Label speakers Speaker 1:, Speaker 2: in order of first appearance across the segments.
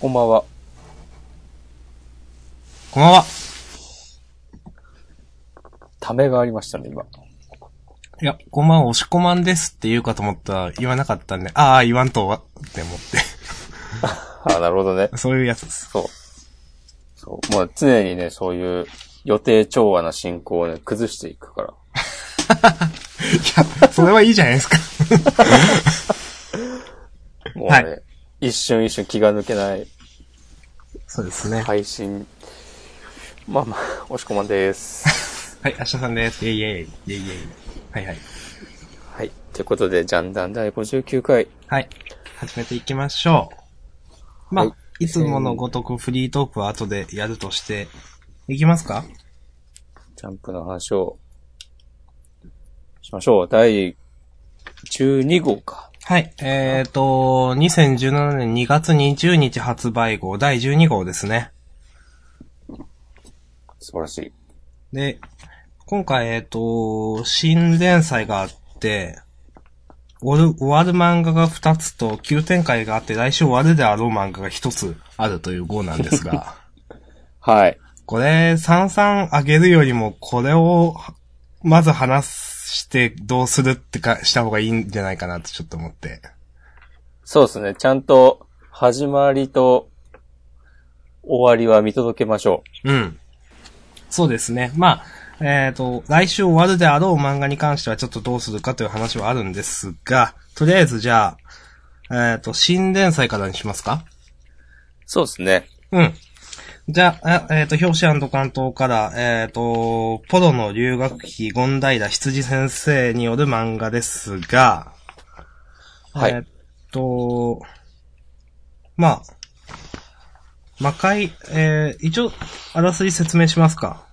Speaker 1: こんばんは。
Speaker 2: こんばんは。
Speaker 1: ためがありましたね、今。
Speaker 2: いや、こんばんは、押し込まんですって言うかと思ったら言わなかったんで、ああ、言わんとは、って思って。
Speaker 1: あなるほどね。
Speaker 2: そういうやつです。
Speaker 1: そう。そう。もう常にね、そういう予定調和な進行をね、崩していくから。
Speaker 2: いや、それはいいじゃないですか。
Speaker 1: もうね、
Speaker 2: は
Speaker 1: 一瞬一瞬気が抜けない
Speaker 2: そうですね。はい、
Speaker 1: 配信。まあまあ、押し込まんです。
Speaker 2: 明日さんです。イェイイェイ。イェイイェイ。はいはい。
Speaker 1: はい。ということで、ジャンダン第59回。
Speaker 2: はい。始めていきましょう。まあ、
Speaker 1: はい
Speaker 2: い、つものごとくフリートークは後でやるとして、いきますか
Speaker 1: ジャンプの話をしましょう。第12号か。
Speaker 2: はい。えっ、ー、と、2017年2月20日発売号、第12号ですね。
Speaker 1: 素晴らしい。
Speaker 2: で、今回、えっ、と、新連載があって、終わる、終わる漫画が2つと、急展開があって、来週終わるであろう漫画が1つあるという号なんですが、
Speaker 1: はい。
Speaker 2: これ、三々あげるよりも、これを、まず話して、どうするってか、した方がいいんじゃないかなってちょっと思って。
Speaker 1: そうですね。ちゃんと、始まりと終わりは見届けましょ
Speaker 2: うん。そうですね。まあ、えっ、と、来週終わるであろう漫画に関してはちょっとどうするかという話はあるんですが、とりあえずじゃあ、えっ、と、新連載からにしますか
Speaker 1: う。そうですね。
Speaker 2: うん。じゃあ、あえっ、と、表紙関東から、えっ、と、ポロの留学費ゴンダイラ羊先生による漫画ですが、
Speaker 1: はい。
Speaker 2: えーっと、まあ、魔界、えー、一応、あらすじ説明しますか。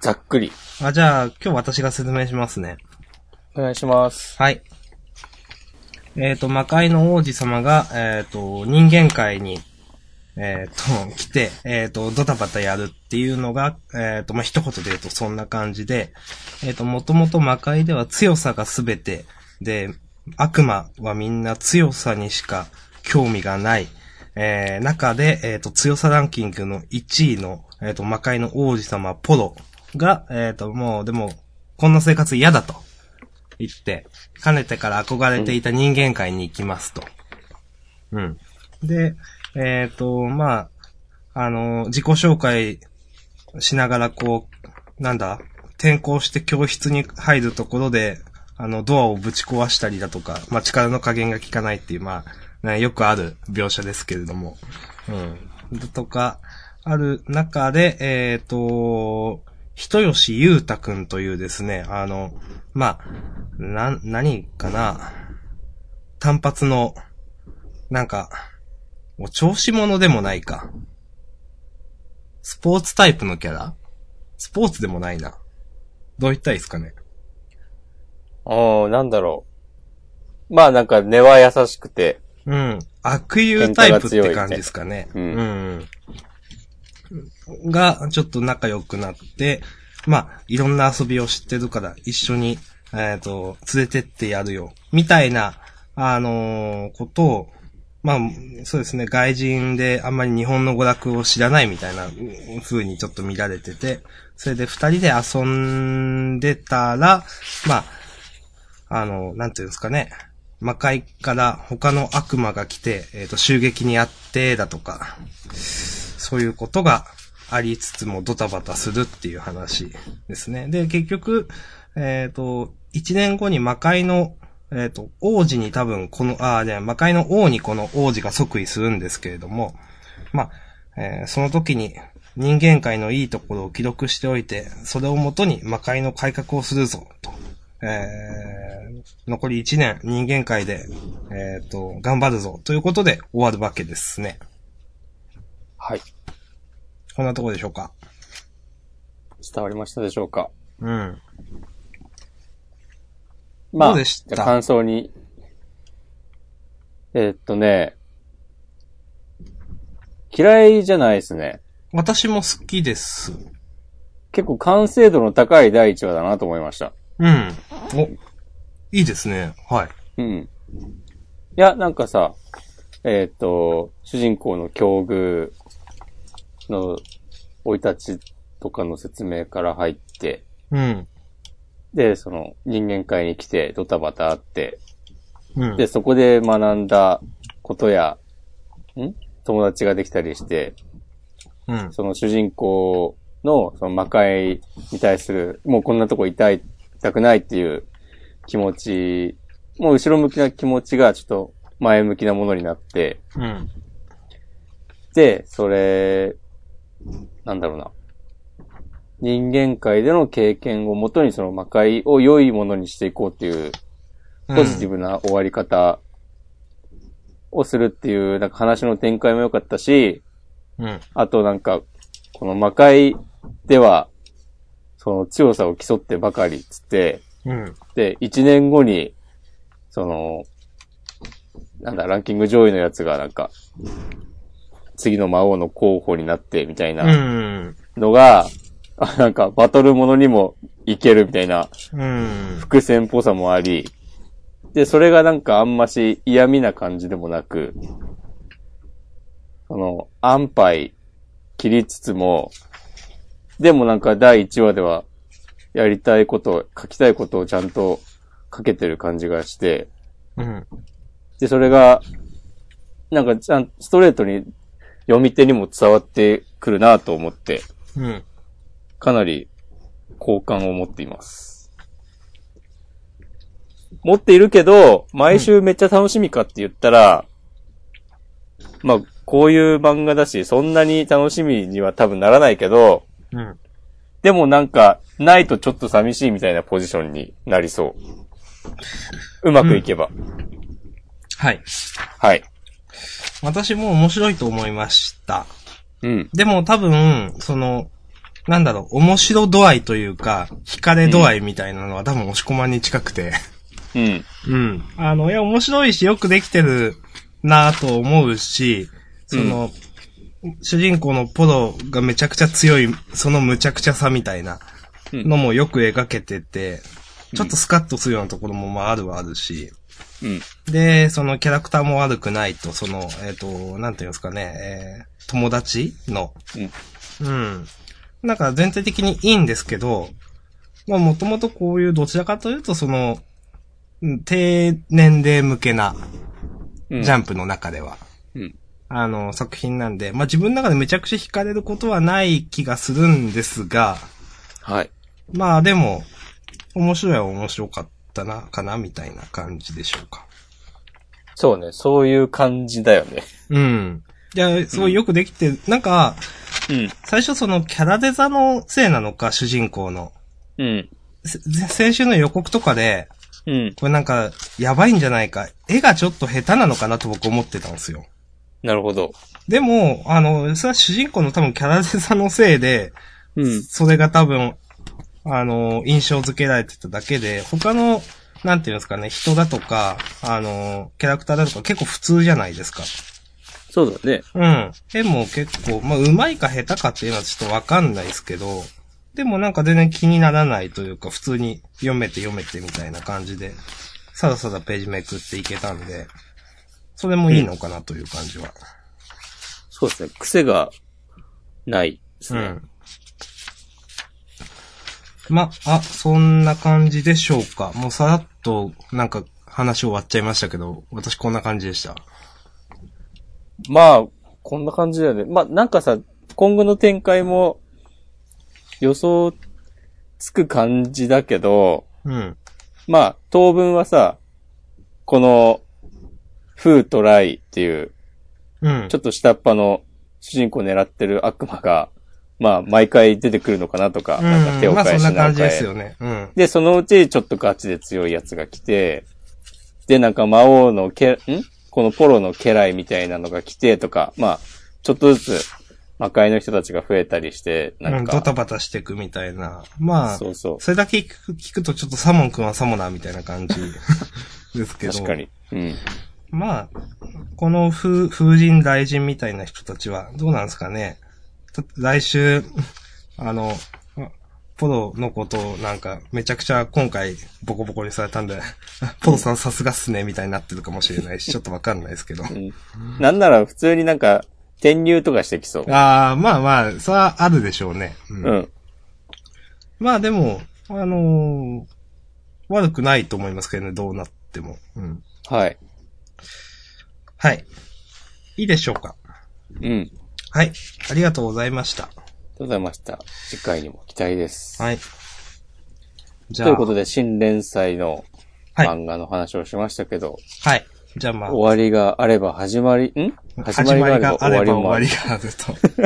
Speaker 1: ざっくり。
Speaker 2: あ、じゃあ、今日私が説明しますね。
Speaker 1: お願いします。
Speaker 2: はい。えっ、と、魔界の王子様が、えっ、と、人間界に、えっ、と、来て、えっ、と、ドタバタやるっていうのが、えっ、と、まあ、一言で言うとそんな感じで、えっ、と、もともと魔界では強さが全て、で、悪魔はみんな強さにしか興味がない、えー、中で、えっ、と、強さランキングの1位の、えっ、と、魔界の王子様、ポロが、えっ、と、もう、でも、こんな生活嫌だと。行って、かねてから憧れていた人間界に行きますと。うん。で、えっ、と、まあ、あの、自己紹介しながらこう、なんだ、転校して教室に入るところで、あの、ドアをぶち壊したりだとか、まあ、力の加減が効かないっていう、まあ、ね、よくある描写ですけれども。うん。だとか、ある中で、えっ、と、人吉裕太くんというですね、あの、まあ、な、何かな、単発の、なんか、お調子者でもないか。スポーツタイプのキャラスポーツでもないな。どう言ったらいいですかね。
Speaker 1: うん、なんだろう。まあなんか根は優しくて、
Speaker 2: うん。悪友タイプって感じですかね。
Speaker 1: 喧嘩が強い
Speaker 2: うん。が、ちょっと仲良くなって、まあ、いろんな遊びを知ってるから、一緒に、えっ、と、連れてってやるよ。みたいな、あのーことを、まあ、そうですね、外人であんまり日本の娯楽を知らないみたいなうん風にちょっと見られてて、それで二人で遊んでたら、まあ、あの、なんていうんですかね、魔界から他の悪魔が来て、えっ、と、襲撃にあって、だとか、そういうことがありつつもドタバタするっていう話ですね。で、結局、えっ、と、一年後に魔界の、えっ、と、王子に多分この、ああ、じゃあ魔界の王にこの王子が即位するんですけれども、まあ、えーその時に人間界のいいところを記録しておいて、それをもとに魔界の改革をするぞ、と。えー残り1年人間界で、えっ、と、頑張るぞ、ということで終わるわけですね。
Speaker 1: はい。
Speaker 2: こんなとこでしょうか。
Speaker 1: 伝わりましたでしょうか。
Speaker 2: うん。
Speaker 1: まあ、
Speaker 2: どうでした
Speaker 1: じゃあ感想に。えーっとね、嫌いじゃないですね。
Speaker 2: 私も好きです。
Speaker 1: 結構完成度の高い第一話だなと思いました。
Speaker 2: うん。お、いいですね。は
Speaker 1: う
Speaker 2: い。
Speaker 1: ん。いや、なんかさ、えっ、と、主人公の境遇の生い立ちとかの説明から入って、
Speaker 2: うん。
Speaker 1: で、その人間界に来てドタバタあって、
Speaker 2: うん。
Speaker 1: で、そこで学んだことや、ん友達ができたりして、
Speaker 2: うん。
Speaker 1: その主人公のその魔界に対する、もうこんなとこいたい、痛くないっていう気持ち、もう後ろ向きな気持ちがちょっと前向きなものになって、
Speaker 2: うん。
Speaker 1: で、それ、なんだろうな。人間界での経験をもとにその魔界を良いものにしていこうっていうポジティブな終わり方をするっていう、なんか話の展開も良かったし、
Speaker 2: うん。
Speaker 1: あとなんか、この魔界では、その強さを競ってばかりっつって、
Speaker 2: うん。
Speaker 1: で、1年後に、その、なんだ、ランキング上位のやつがなんか、次の魔王の候補になってみたいな
Speaker 2: うん。
Speaker 1: のが、あ なんかバトルものにもいけるみたいな
Speaker 2: うん。
Speaker 1: 伏線っぽさもあり、で、それがなんかあんまし嫌味な感じでもなく、その、安牌切りつつも、でもなんか第1話では、やりたいこと、書きたいことをちゃんと書けてる感じがして、
Speaker 2: うん。
Speaker 1: で、それが、なんかちゃん、ストレートに読み手にも伝わってくるなと思って、
Speaker 2: うん。
Speaker 1: かなり好感を持っています。持っているけど、毎週めっちゃ楽しみかって言ったら、まあ、こういう漫画だし、そんなに楽しみには多分ならないけど、
Speaker 2: うん。
Speaker 1: でもなんか、ないとちょっと寂しいみたいなポジションになりそう。うまくいけば。
Speaker 2: はい。
Speaker 1: はい。
Speaker 2: 私も面白いと思いました。
Speaker 1: うん。
Speaker 2: でも多分、その、なんだろう、面白度合いというか、惹かれ度合いみたいなのは多分押し込まんに近くて。
Speaker 1: うん。
Speaker 2: うん。あの、いや、面白いし、よくできてるなぁと思うし、その、主人公のポロがめちゃくちゃ強い、そのむちゃくちゃさみたいな
Speaker 1: うん
Speaker 2: のもよく描けてて、ちょっとスカッとするようなところもまああるはあるし、
Speaker 1: うん。
Speaker 2: で、そのキャラクターも悪くないと、その、えっ、と、なんていうんですかね、えー友達の、
Speaker 1: うん。
Speaker 2: うん。なんか全体的にいいんですけど、まあもともとこういうどちらかというとその、うん低年齢向けな
Speaker 1: うん。
Speaker 2: ジャンプの中では、
Speaker 1: うん。
Speaker 2: あの作品なんで、まあ自分の中でめちゃくちゃ惹かれることはない気がするんですが、
Speaker 1: はい。
Speaker 2: まあでも、面白いは面白かったな、かな、みたいな感じでしょうか。
Speaker 1: そうね。そういう感じだよね。
Speaker 2: うん。いや、すごいよくできてる、なんか、
Speaker 1: うん。
Speaker 2: 最初そのキャラデザのせいなのか、主人公の。
Speaker 1: うん。
Speaker 2: せ先週の予告とかで、
Speaker 1: うん。
Speaker 2: これなんか、やばいんじゃないか。絵がちょっと下手なのかなと僕思ってたんですよ。
Speaker 1: なるほど。
Speaker 2: でも、あの、それは主人公の多分キャラデザのせいで、
Speaker 1: うん。
Speaker 2: それが多分、あの、印象付けられてただけで、他の、なんていうんですかね、人だとか、あの、キャラクターだとか結構普通じゃないですか。
Speaker 1: そうだね。
Speaker 2: うん。絵も結構、まあ、うまいか下手かっていうのはちょっとわかんないですけど、でもなんか全然気にならないというか、普通に読めて読めてみたいな感じで、さらさらページめくっていけたんで、それもいいのかなという感じは。
Speaker 1: そうですね。癖がないです
Speaker 2: う
Speaker 1: ね。
Speaker 2: ん。ま、あ、そんな感じでしょうか。もうさらっと、なんか話終わっちゃいましたけど、私こんな感じでした。
Speaker 1: まあ、こんな感じだよね。まあ、なんかさ、今後の展開も予想つく感じだけど、
Speaker 2: うん。
Speaker 1: まあ、当分はさ、この、フートライっていう、
Speaker 2: うん。
Speaker 1: ちょっと下っ端の主人公を狙ってる悪魔が、まあ、毎回出てくるのかなとか、なんか手
Speaker 2: う
Speaker 1: を
Speaker 2: ん、まあ
Speaker 1: 返
Speaker 2: そん
Speaker 1: し
Speaker 2: な
Speaker 1: な
Speaker 2: 感じ
Speaker 1: が
Speaker 2: で
Speaker 1: ら
Speaker 2: すよね。うん。
Speaker 1: で、そのうちちょっとガチで強いやつが来て、で、なんか魔王のけ、んこのポロの家来みたいなのが来てとか、まあ、ちょっとずつ魔界の人たちが増えたりして、な
Speaker 2: うんん、ドタ
Speaker 1: か、
Speaker 2: バタしていくみたいな。まあ、
Speaker 1: そうそう
Speaker 2: れだけ聞く聞くとちょっとサモン君はサモナーみたいな 感じですけど。
Speaker 1: 確かに。うん。
Speaker 2: まあ、この風、風神大臣みたいな人たちはどうなんですかね。ちょっと来週、あの、ポロのことをなんか、めちゃくちゃ今回ボコボコにされたんで、 ポロさんさすがっすね、みたいになってるかもしれないし、ちょっとわかんないですけど。
Speaker 1: なんなら普通になんか、転入とかしてきそう。
Speaker 2: ああ、まあまあ、それはあるでしょうね。うん
Speaker 1: うん。
Speaker 2: まあでも、あのー悪くないと思いますけどね、どうなっても。うん。
Speaker 1: はい。
Speaker 2: はい。いいでしょうか。
Speaker 1: うん。ありが
Speaker 2: はい。ありがとうございました。
Speaker 1: とうございました。次回にも期待です。
Speaker 2: はい。じゃ
Speaker 1: と
Speaker 2: あ、
Speaker 1: いうことで、新連載の
Speaker 2: はい
Speaker 1: 漫画の話をしましたけど、
Speaker 2: はい。じゃあまあ、
Speaker 1: 終わりがあれば始まり、ん
Speaker 2: 始まりがあれば終わり
Speaker 1: も
Speaker 2: があると。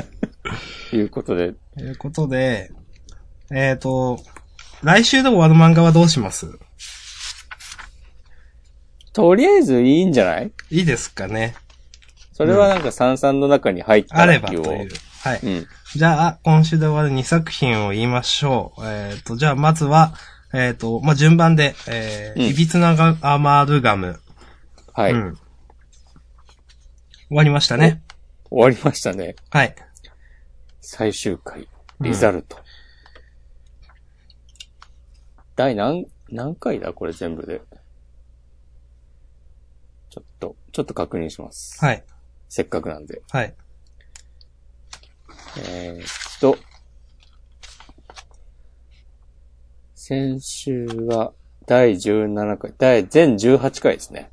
Speaker 1: ということで、
Speaker 2: ということで、 えっ、と、来週で終わる漫画はどうします
Speaker 1: とりあえずいいんじゃない
Speaker 2: いいですかね
Speaker 1: それはなんか三々の中に入った
Speaker 2: あれば
Speaker 1: ら
Speaker 2: と
Speaker 1: い
Speaker 2: いうう。はい。
Speaker 1: うん。
Speaker 2: じゃあ、今週で終わる2作品を言いましょう。えっ、と、じゃあ、まずは、えっ、と、まあ、順番で、えー
Speaker 1: うん
Speaker 2: いびつながアマルガム。
Speaker 1: はい。
Speaker 2: う
Speaker 1: 終
Speaker 2: ん。終わりましたね。
Speaker 1: わりましたね。
Speaker 2: はい。
Speaker 1: 最終回、
Speaker 2: うん
Speaker 1: リザルト。第何、何回だこれ全部で。ちょっと、ちょっと確認します。
Speaker 2: はい。
Speaker 1: せっかくなんで。
Speaker 2: はい。
Speaker 1: えーっと。先週は、第17回、第、全18回ですね。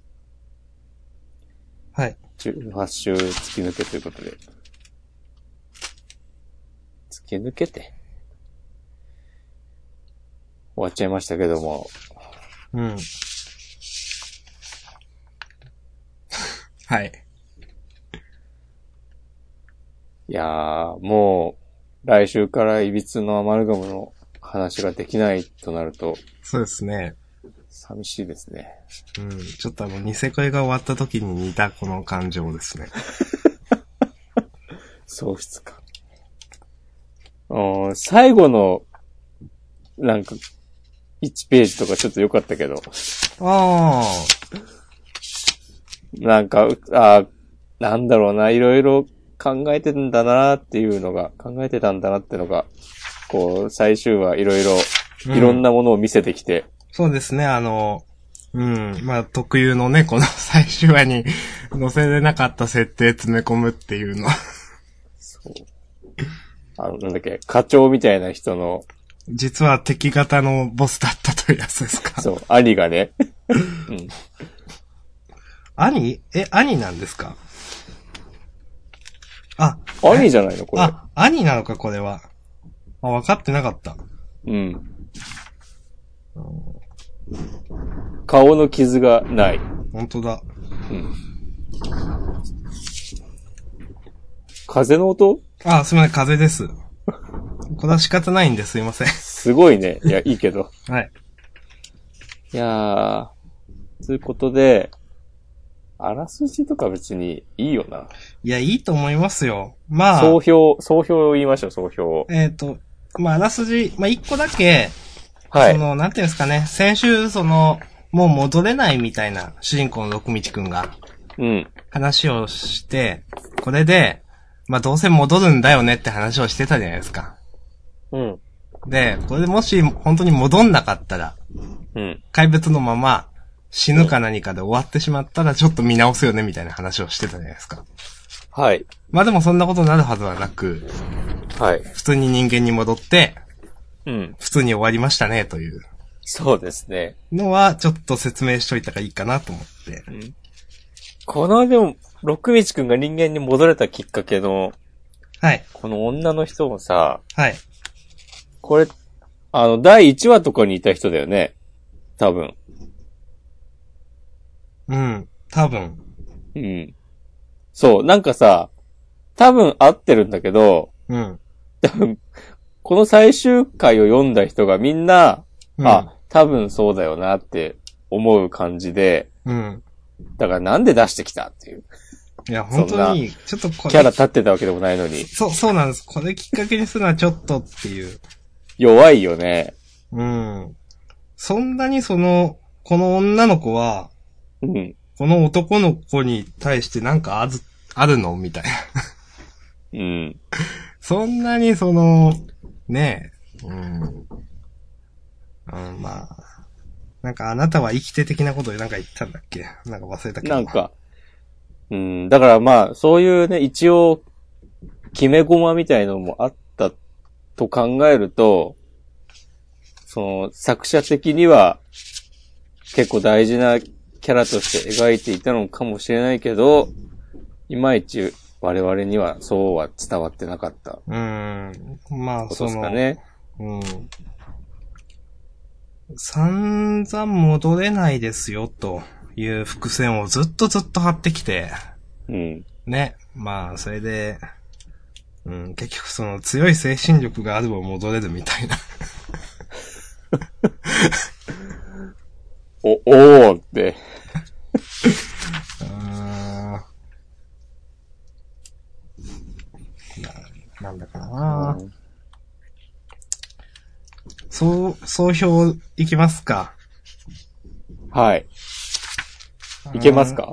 Speaker 2: はい。
Speaker 1: 18週突き抜けということで。突き抜けて。終わっちゃいましたけども。
Speaker 2: うん。はい。
Speaker 1: いやー、もう、来週からいびつのアマルガムの話ができないとなると、
Speaker 2: そうですね。
Speaker 1: 寂しいですね。
Speaker 2: うん。ちょっとあの、ニセ恋が終わった時に似たこの感情ですね。
Speaker 1: 喪失感。うん最後の、なんか、1ページとかちょっと良かったけど、
Speaker 2: ああ。
Speaker 1: なんか、うあーなんだろうな、いろいろ考えてんだなっていうのが、考えてたんだなってのが、こう、最終話いろいろ、いろんなものを見せてきて、
Speaker 2: そうですね、あの、うん、まあ、特有のね、この 最終話に 載せれなかった設定詰め込むっていうの。
Speaker 1: そう。あの、なんだっけ、課長みたいな人の、
Speaker 2: 実は敵型のボスだったというやつですか。
Speaker 1: そう、兄がね、うん、
Speaker 2: 兄え、兄なんですかあ、
Speaker 1: 兄じゃないの、これ。
Speaker 2: あ、兄なのか、これは。あ、分かってなかった。
Speaker 1: うん。顔の傷がない。
Speaker 2: 本当だ。
Speaker 1: 風の音
Speaker 2: あ、すみません、風邪です。 これは仕方ないんですいません。
Speaker 1: すごいね。いや、いいけど。
Speaker 2: はい。
Speaker 1: いやー。ということで、あらすじとか別にいいよな。
Speaker 2: いや、いいと思いますよ。まあ。
Speaker 1: 総評、総評を言いましょう、総評を。
Speaker 2: えっ、と、まあ、あらすじ、まあ、一個だけ、
Speaker 1: はい
Speaker 2: そ。の、なんていうんですかね、先週、その、もう戻れないみたいな、主人公の六道くんが
Speaker 1: うん。
Speaker 2: 話をして、これで、まあ、どうせ戻るんだよねって話をしてたじゃないですか。
Speaker 1: うん。
Speaker 2: で、これでもし、本当に戻んなかったら、
Speaker 1: うん。
Speaker 2: 怪物のまま、死ぬか何かで終わってしまったら、ちょっと見直すよね、みたいな話をしてたじゃないですか。
Speaker 1: はい。
Speaker 2: まあ、でもそんなことになるはずはなく、
Speaker 1: はい。
Speaker 2: 普通に人間に戻って、
Speaker 1: うん。
Speaker 2: 普通に終わりましたね、という。
Speaker 1: そうですね。
Speaker 2: のは、ちょっと説明しといた方がいいかなと思って。
Speaker 1: この、でも、六道くんが人間に戻れたきっかけの、
Speaker 2: はい、
Speaker 1: この女の人もさ、
Speaker 2: はい。
Speaker 1: これ、あの、第1話とかにいた人だよね。多分。
Speaker 2: うん、多分。
Speaker 1: うん。そう、なんかさ、多分合ってるんだけど、
Speaker 2: うん。
Speaker 1: 多分、この最終回を読んだ人がみんな、
Speaker 2: うん、
Speaker 1: あ、多分そうだよなって思う感じで、
Speaker 2: うん。
Speaker 1: だからなんで出してきたっていう。
Speaker 2: いや、本当に、ちょっとこれ、
Speaker 1: キャラ立ってたわけでもないのに。
Speaker 2: そう、そうなんです。これきっかけにするのはちょっとっていう。
Speaker 1: 弱いよね。
Speaker 2: うん。そんなにその、この女の子は、
Speaker 1: うん。
Speaker 2: この男の子に対してなんかあず、あるのみたいな。
Speaker 1: うん。
Speaker 2: そんなにその、ねえ。うん。うん、まあ。なんかあなたは生きて的なことでなんか言ったんだっけなんか忘れたけど。
Speaker 1: なん。か、うん、だからまあ、そういうね、一応、決め駒みたいのもあったと考えると、その、作者的には、結構大事なキャラとして描いていたのかもしれないけど、いまいち我々にはそうは伝わってなかった
Speaker 2: うん。まあ、
Speaker 1: こと
Speaker 2: そ
Speaker 1: です
Speaker 2: の、
Speaker 1: かね。
Speaker 2: うん。散々戻れないですよ、という伏線をずっとずっと張ってきて、
Speaker 1: うん。
Speaker 2: ね。まあ、それで、うん、結局その強い精神力があれば戻れるみたいな。
Speaker 1: お、おーって。
Speaker 2: ななんだかな、そう、総評いきますか。
Speaker 1: はい。いけますか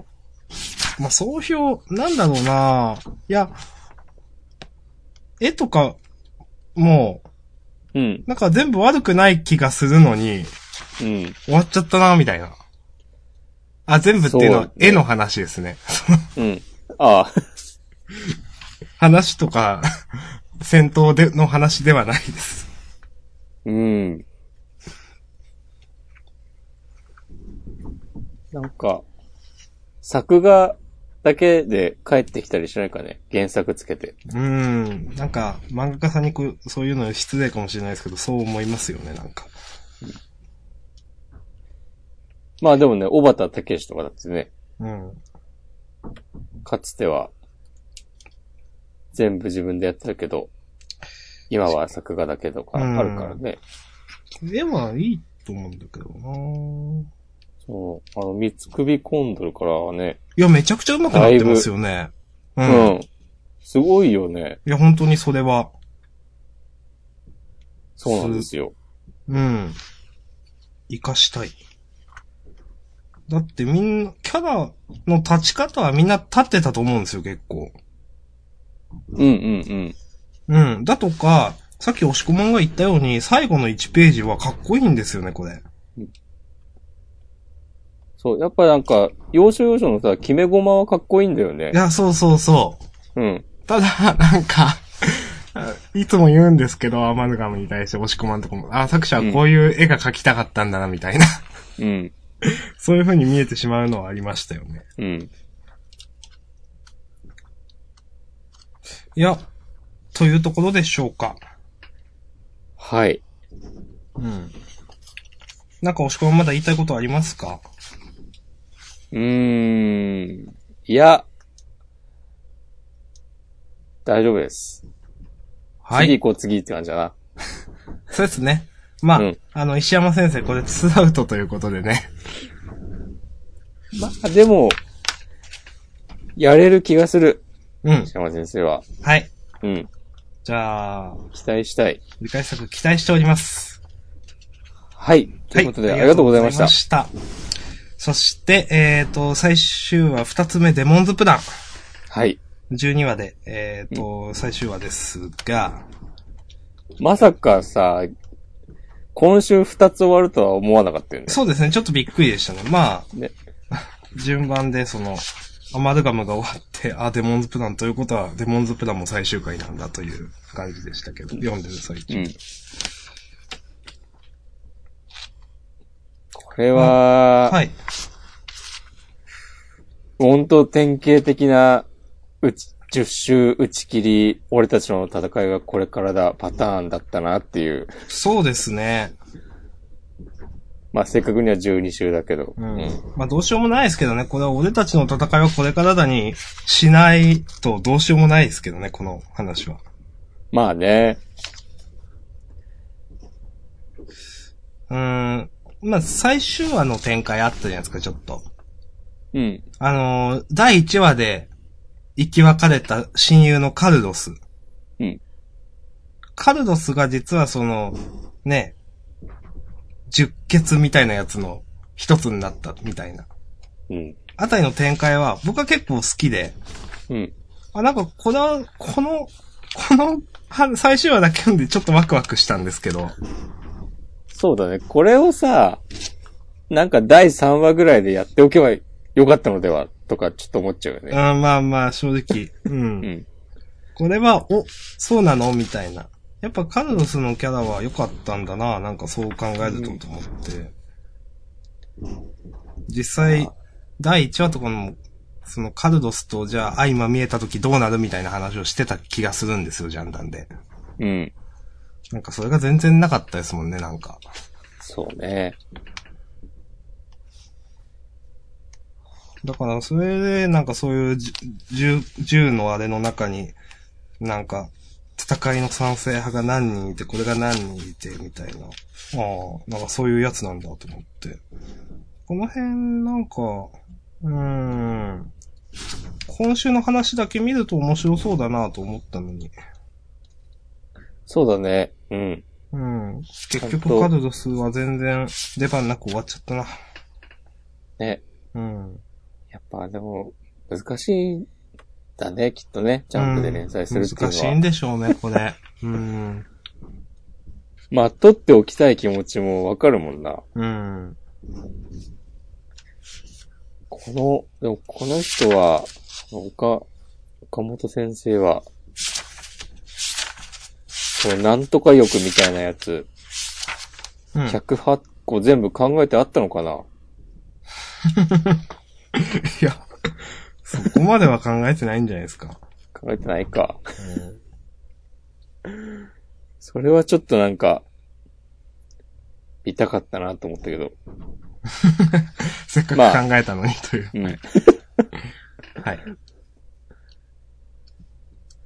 Speaker 2: うんまあ、総評、なんだろうないや、絵とか、も
Speaker 1: うん
Speaker 2: う、。なんか全部悪くない気がするのに、
Speaker 1: うん。
Speaker 2: 終わっちゃったなみたいな。あ、全部っていうの
Speaker 1: そ
Speaker 2: は
Speaker 1: うね
Speaker 2: 絵の話ですね。
Speaker 1: うん。ああ。
Speaker 2: 話とか、戦闘での話ではないです。
Speaker 1: うん。なんか、作画だけで帰ってきたりしないかね。原作つけて。
Speaker 2: うーん。なんか、漫画家さんにこうそういうの失礼かもしれないですけど、そう思いますよね、なんか。
Speaker 1: まあでもね、小畑武史とかだってね、
Speaker 2: うん。
Speaker 1: かつては、全部自分でやってたけど、今は作画だけとかあるからね。
Speaker 2: 絵はいいと思うんだけどな
Speaker 1: そう。あの、三つ首コンドルからはね、
Speaker 2: いや、めちゃくちゃ上手くなってますよね。う。
Speaker 1: うん
Speaker 2: い
Speaker 1: ん。すごいよね。
Speaker 2: や、本当にそれは。
Speaker 1: そうなんですよ。
Speaker 2: うん。活かしたい。だってみんな、キャラの立ち方はみんな立ってたと思うんですよ、結構。
Speaker 1: うんうん
Speaker 2: うん。だとか、さっき押し込まんが言ったように、最後の1ページはかっこいいんですよね、これ。
Speaker 1: うん。そう。やっぱなんか、要所要所のさ、決め駒はかっこいいんだよね
Speaker 2: い。や、そうそうそう。
Speaker 1: うん。
Speaker 2: ただ、なんか、 いつも言うんですけど、アマルガムに対して押し込まんとこも、あ、作者はこういう絵が描きたかったんだな、みたいな、
Speaker 1: うん。
Speaker 2: そういう風に見えてしまうのはありましたよね。
Speaker 1: うん。
Speaker 2: いや、というところでしょうか。
Speaker 1: はい。
Speaker 2: うん。なんか押し込まんまだ言いたいことありますか
Speaker 1: うーん。いや。大丈夫です。
Speaker 2: は
Speaker 1: 次
Speaker 2: い。
Speaker 1: 行こう、次って感じだな。
Speaker 2: そうですね。まあ、
Speaker 1: うん
Speaker 2: あの、石山先生、これツーアウトということでね。
Speaker 1: まあ、でも、やれる気がする。
Speaker 2: うん。
Speaker 1: 山先生は。
Speaker 2: はい。
Speaker 1: うん。
Speaker 2: じゃあ、
Speaker 1: 期待したい。
Speaker 2: 理解作期待しております。
Speaker 1: はい。ということで、ありがとうございまし
Speaker 2: あ
Speaker 1: た
Speaker 2: り。がとうございましたそして、えっ、と、最終話二つ目、デモンズプラン。
Speaker 1: はい。
Speaker 2: 12話で、えっ、と、最終話ですが、
Speaker 1: まさかさ、今週二つ終わるとは思わなかったよね。
Speaker 2: そうですね、ちょっとびっくりでしたね。まあ、
Speaker 1: ね
Speaker 2: 順番で、その、アマルガムが終わって、あ、デモンズプランということは、デモンズプランも最終回なんだという感じでしたけど、読んでる最中。
Speaker 1: うん。これは、
Speaker 2: はい。
Speaker 1: 本当典型的な、うち、10周打ち切り、俺たちの戦いがこれからだ、パターンだったなっていう。
Speaker 2: そうですね。
Speaker 1: まあ、正確には12周だけど。
Speaker 2: うん。まあどうしようもないですけどね、これは俺たちの戦いはこれからだにしないとどうしようもないですけどね、この話は。
Speaker 1: まあね。
Speaker 2: うーん。まあ、最終話の展開あったじゃないですか、ちょっと。
Speaker 1: うん。
Speaker 2: あのー第1話で、生き別れた親友のカルロス。
Speaker 1: うん。
Speaker 2: カルロスが実はその、ね、十血みたいなやつの一つになったみたいな。
Speaker 1: うん。
Speaker 2: あたりの展開は、僕は結構好きで、
Speaker 1: うん。
Speaker 2: あ、なんか、この、こ の、この、は最終話だけ読んでちょっとワクワクしたんですけど、
Speaker 1: そうだね。これをさ、なんか第3話ぐらいでやっておけばよかったのでは、とかちょっと思っちゃうよね。
Speaker 2: あーまあまあ、正直。う。
Speaker 1: うんん。
Speaker 2: これは、お、そうなのみたいな。やっぱカルロスのキャラは良かったんだな、なんかそう考えるとと思って。実際、第1話とかの、そのカルロスとじゃあ相ま見えた時どうなるみたいな話をしてた気がするんですよ、ジャンダンで。
Speaker 1: うん。
Speaker 2: なんかそれが全然なかったですもんね、なんか。
Speaker 1: そうね。
Speaker 2: だから、それで、なんかそういうじ銃、銃のあれの中に、なんか、戦いの賛成派が何人いて、これが何人いて、みたいな。ああ、なんかそういうやつなんだと思って。この辺、なんか、うーん。今週の話だけ見ると面白そうだなと思ったのに。
Speaker 1: そうだね。うん。
Speaker 2: うん。結
Speaker 1: 本当
Speaker 2: 局カルロスは全然出番なく終わっちゃったな。
Speaker 1: ね。
Speaker 2: うん。
Speaker 1: やっぱでも、難しいんだね、きっとね。ジャンプで連載するっていうのは。
Speaker 2: 難しいんでしょうね、これ。うん。
Speaker 1: まあ、取っておきたい気持ちもわかるもんな。
Speaker 2: うん。
Speaker 1: この、でもこの人は、岡、岡本先生は、これなんとか欲みたいなやつ、
Speaker 2: うん
Speaker 1: 108個全部考えてあったのかな、
Speaker 2: いや、そこまでは考えてないんじゃないですか。
Speaker 1: 考えてないか。それはちょっとなんか、痛かったなと思ったけど。
Speaker 2: せっか
Speaker 1: まあ
Speaker 2: く考えたのにという。
Speaker 1: うん。
Speaker 2: はい。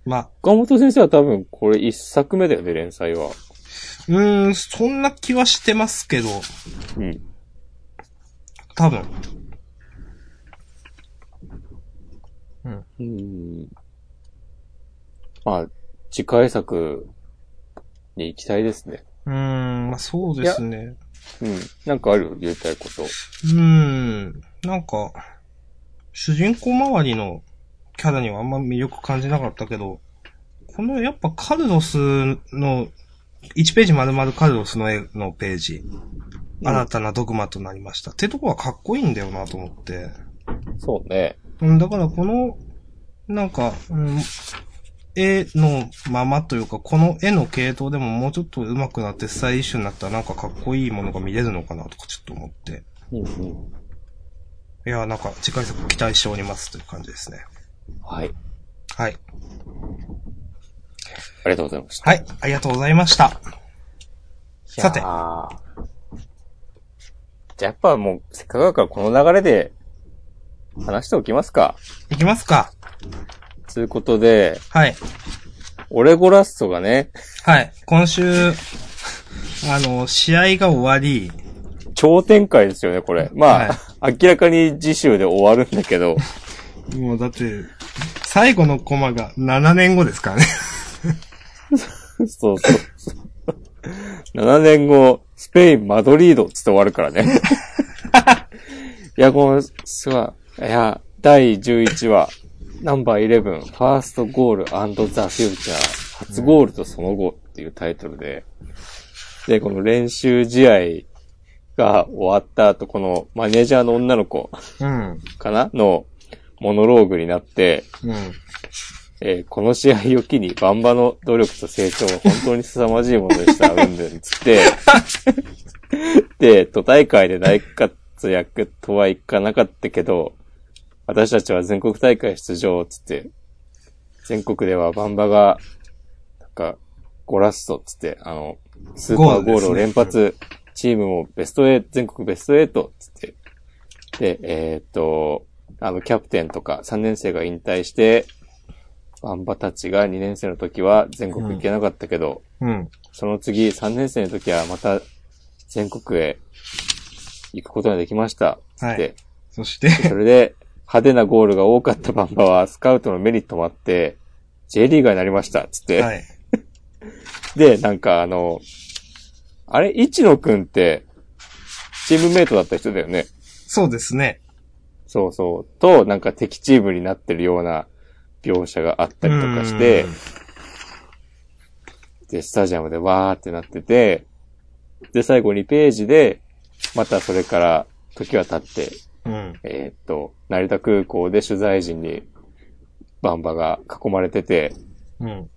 Speaker 2: まあ、
Speaker 1: 岡本先生は多分これ一作目だよね、連載は。
Speaker 2: うーん、そんな気はしてますけど、
Speaker 1: うん。
Speaker 2: 多分。うん。
Speaker 1: うん。まあ、次回作に行きたいですね。
Speaker 2: うーん、まあそうですね。
Speaker 1: うん。なんかある言いたいこと。
Speaker 2: うーん、なんか、主人公周りのキャラにはあんま魅力感じなかったけど、このやっぱカルロスの、1ページ丸々カルロスの絵のページ、新たなドグマとなりました。ってとこはかっこいいんだよなと思って。
Speaker 1: そうね。
Speaker 2: うん、だからこの、なんか、うん、絵のままというか、この絵の系統でももうちょっと上手くなってスタイリッシュになったらなんかかっこいいものが見れるのかなとかちょっと思って。
Speaker 1: うんうん。
Speaker 2: いや、なんか、次回作期待しておりますという感じですね。
Speaker 1: はい。
Speaker 2: はい。
Speaker 1: ありがとうございました。
Speaker 2: はい、ありがとうございました。さて
Speaker 1: いやーじゃあやっぱもう、せっかくだからこの流れで話しておきますか。
Speaker 2: いきますか。
Speaker 1: ということで、
Speaker 2: はい。
Speaker 1: オレゴラッソがね、
Speaker 2: はい。今週、 あの、試合が終わり、
Speaker 1: 超展開ですよね、これ。まあ、明らかに次週で終わるんだけど、
Speaker 2: もうだって、最後のコマが7年後ですからね。
Speaker 1: そうそうそう。7年後、スペイン、マドリードっつって終わるからね。いや、この、すごい。いや、第11話、ナンバー11、ファーストゴールザ・フューチャー、初ゴールとその後っていうタイトルで、で、この練習試合が終わった後、このマネージャーの女の子
Speaker 2: うん。
Speaker 1: かなのモノローグになって、
Speaker 2: うん。
Speaker 1: えーこの試合を機にバンバの努力と成長は本当に凄まじいもので した、うんぬん、つって。で、都大会で大活躍とはいかなかったけど、私たちは全国大会出場、つって。全国ではバンバが、なんか、ゴラスト、つって、あの、スーパーゴールを連発、チームもベスト8、全国ベスト8、つって。で、えーっと、あの、キャプテンとか3年生が引退して、バンバたちが2年生の時は全国行けなかったけど、
Speaker 2: うん。
Speaker 1: その次、3年生の時はまた全国へ行くことができました。つって、
Speaker 2: はいそ して、
Speaker 1: それで派手なゴールが多かったバンバはスカウトの目に留まって、J リーガーになりました。つって、
Speaker 2: はい。
Speaker 1: で、なんかあの、あれ、一野くんって、チームメイトだった人だよね。
Speaker 2: そうですね。
Speaker 1: そうそう。と、なんか敵チームになってるような描写があったりとかして、
Speaker 2: うん
Speaker 1: で、スタジアムでわーってなってて、で、最後2ページで、またそれから時は経って、
Speaker 2: うん。
Speaker 1: えーっと、成田空港で取材陣にバンバが囲まれてて、
Speaker 2: うん。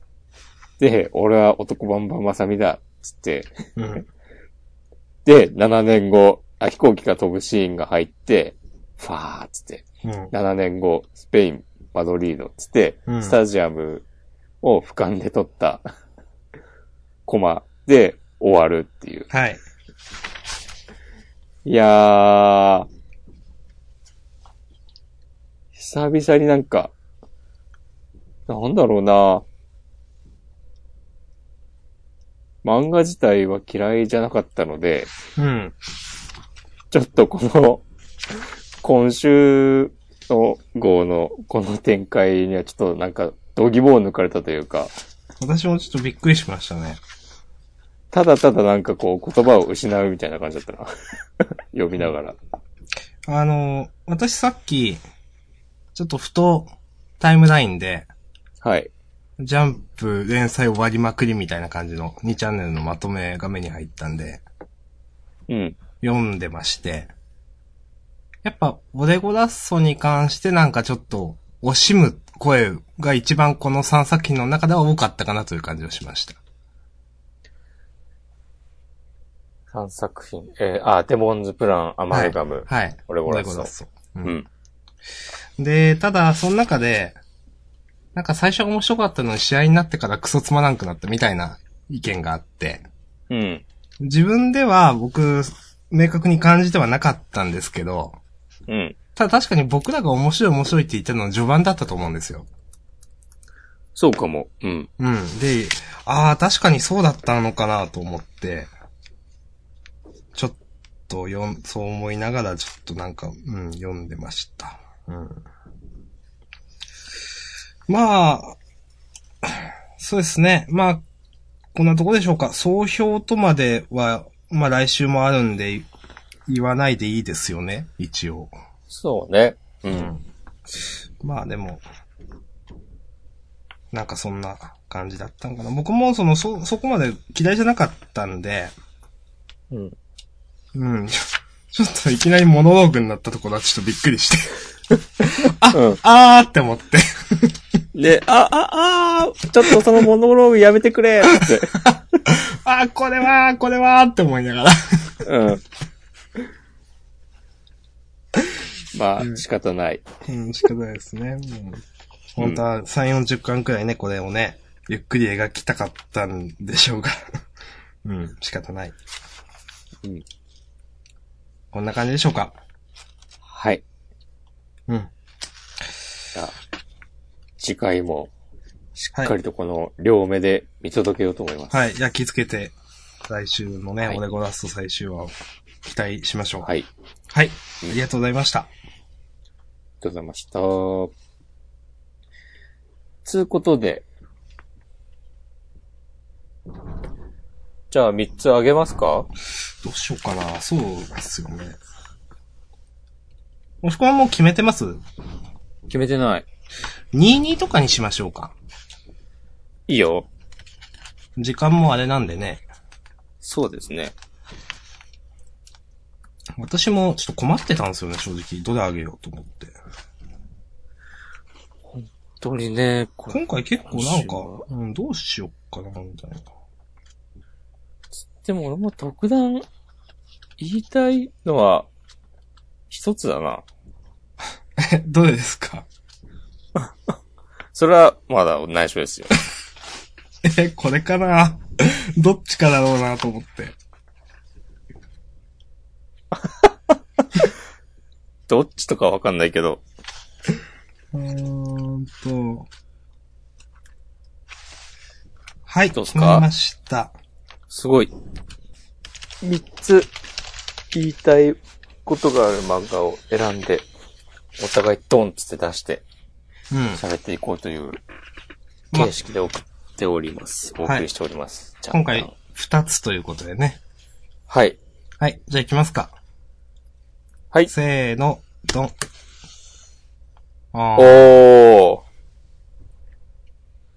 Speaker 1: で、俺は男バンバンまさみだ、つって、
Speaker 2: うん。
Speaker 1: で、7年後、あ、飛行機が飛ぶシーンが入って、ファーっつって、
Speaker 2: うん。
Speaker 1: 7年後、スペイン、マドリード、つって、
Speaker 2: うん
Speaker 1: スタジアムを俯瞰で撮った、 コマで終わるっていう。
Speaker 2: はい。
Speaker 1: いやー、久々になんか、なんだろうな漫画自体は嫌いじゃなかったので、
Speaker 2: うん。
Speaker 1: ちょっとこの、今週の号のこの展開にはちょっとなんか、度肝を抜かれたというか、
Speaker 2: 私もちょっとびっくりしましたね。
Speaker 1: ただただなんかこう言葉を失うみたいな感じだったな。 読みながら。
Speaker 2: あの、私さっき、ちょっとふとタイムラインで、
Speaker 1: はい。
Speaker 2: ジャンプ連載終わりまくりみたいな感じの2チャンネルのまとめが目に入ったんで、
Speaker 1: うん。
Speaker 2: 読んでまして、やっぱ、オレゴラッソに関してなんかちょっと、惜しむ声が一番この3作品の中では多かったかなという感じがしました。
Speaker 1: 3作品。えーあ、デモンズプラン、アマルガム。
Speaker 2: はい。
Speaker 1: オレゴラッソ
Speaker 2: う。
Speaker 1: うんん。
Speaker 2: で、ただ、その中で、なんか最初は面白かったのに試合になってからクソつまらんくなったみたいな意見があって、
Speaker 1: うん。
Speaker 2: 自分では僕、明確に感じてはなかったんですけど、
Speaker 1: うん。
Speaker 2: ただ確かに僕らが面白い面白いって言ったのは序盤だったと思うんですよ。
Speaker 1: そうかも。うん。
Speaker 2: うん。で、ああ、確かにそうだったのかなと思って、ちょっとよん、そう思いながらちょっとなんか、うん、読んでました。うん。まあ、そうですね。まあ、こんなとこでしょうか。総評とまでは、まあ来週もあるんで、言わないでいいですよね、一応。
Speaker 1: そうね。うん。
Speaker 2: まあでも、なんかそんな感じだったんかな。僕もその、そ、そこまで嫌いじゃなかったんで、
Speaker 1: うん。
Speaker 2: うん。 ちょっといきなりモノローグになったところはちょっとびっくりして。
Speaker 1: うん。
Speaker 2: あーって思って。
Speaker 1: で、あ、あ、あーちょっとそのモノローグやめてくれって。
Speaker 2: あーこれはー、これはーって思いながら。
Speaker 1: うん。まあ、仕方ない。
Speaker 2: うん、仕方ないですね。うん、本当は3、40巻くらいね、これをね、ゆっくり描きたかったんでしょ うが。うん、仕方ない。
Speaker 1: うん。
Speaker 2: こんな感じでしょうか。
Speaker 1: はい。
Speaker 2: うん。
Speaker 1: じゃあ、次回も、し
Speaker 2: は
Speaker 1: っかりとこの両目で見届けようと思います。
Speaker 2: はい。じゃあ気つけて、来週のね、
Speaker 1: はい
Speaker 2: オレゴラスト最終話を期待しましょう。
Speaker 1: はい。あり
Speaker 2: はい。ありがとうございました。
Speaker 1: がとうございました。つうことで、じゃあ3つあげますか
Speaker 2: どうしようかな。そうですよね。もしくはもう決めてます
Speaker 1: 決めてない。
Speaker 2: ?22 とかにしましょうか。
Speaker 1: いいよ。
Speaker 2: 時間もあれなんでね。
Speaker 1: そうですね。
Speaker 2: 私もちょっと困ってたんですよね、正直。どれあげようと思って。
Speaker 1: 本当にね、これ、
Speaker 2: 今回結構なんか
Speaker 1: どう、
Speaker 2: うん、どうしようかな、みたいな。
Speaker 1: でも俺も特段言いたいのは一つだな。
Speaker 2: え、どれですか
Speaker 1: それはまだ内緒ですよ。
Speaker 2: え、これかな どっちかだろうなと思って。
Speaker 1: どっちとかわかんないけど。
Speaker 2: うーんと。はい、
Speaker 1: どうっす
Speaker 2: 決
Speaker 1: か
Speaker 2: まりました。
Speaker 1: すごい。三つ言いたいことがある漫画を選んで、お互いドンっつって出して
Speaker 2: うん。
Speaker 1: 喋っていこうという
Speaker 2: まあ
Speaker 1: 形、式で送っております。お送りしております。じゃあ
Speaker 2: 今回、二つということでね。
Speaker 1: はい。
Speaker 2: はい、じゃあ行きますか。
Speaker 1: はい。
Speaker 2: せーの、ドン。あ
Speaker 1: お
Speaker 2: ー
Speaker 1: ー。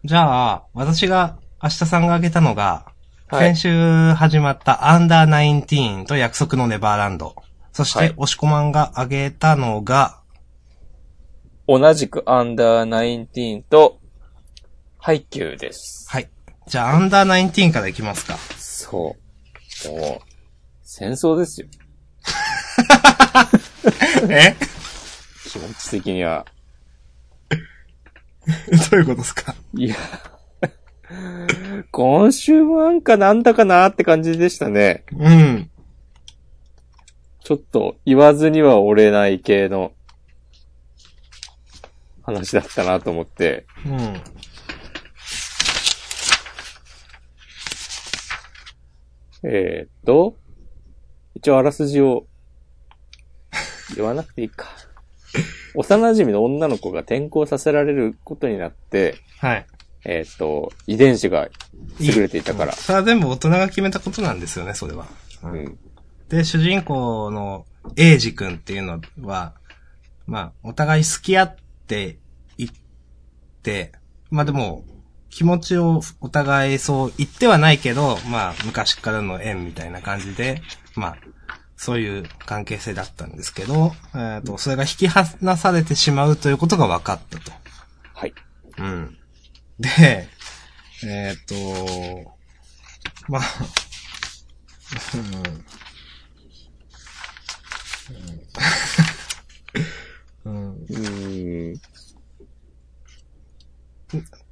Speaker 2: じゃあ、私が、明日さんが挙げたのが、
Speaker 1: はい
Speaker 2: 先週始まったアンダーナインティーンと約束のネバーランド。そし
Speaker 1: はい
Speaker 2: て、押し込まんが挙げたのが、
Speaker 1: 同じくアンダーナインティーンと、ハイキューです。
Speaker 2: はい。じゃあ、アンダーナインティーンからいきますか。
Speaker 1: そう。もう、戦争ですよ。
Speaker 2: え
Speaker 1: 気持ち的には。
Speaker 2: どういうことですか
Speaker 1: いや、今週もなんかなんだかなって感じでしたね。
Speaker 2: うん。
Speaker 1: ちょっと言わずには折れない系の話だったなと思って。
Speaker 2: うん。
Speaker 1: えー、っと、一応あらすじを言わなくていいか。幼馴染の女の子が転校させられることになって、
Speaker 2: はい。
Speaker 1: えーっと、遺伝子が優れていたから。
Speaker 2: それは全部大人が決めたことなんですよね、それは。
Speaker 1: うん。
Speaker 2: で、主人公のエイジ君っていうのは、まあ、お互い好き合っていって、まあでも、気持ちをお互いそう言ってはないけど、まあ、昔からの縁みたいな感じで、まあ、そういう関係性だったんですけど、えっ、と、それが引き離されてしまうということが分かったと。
Speaker 1: はい。
Speaker 2: うん。で、えーっ、と、まあ、うんうん。
Speaker 1: うーん。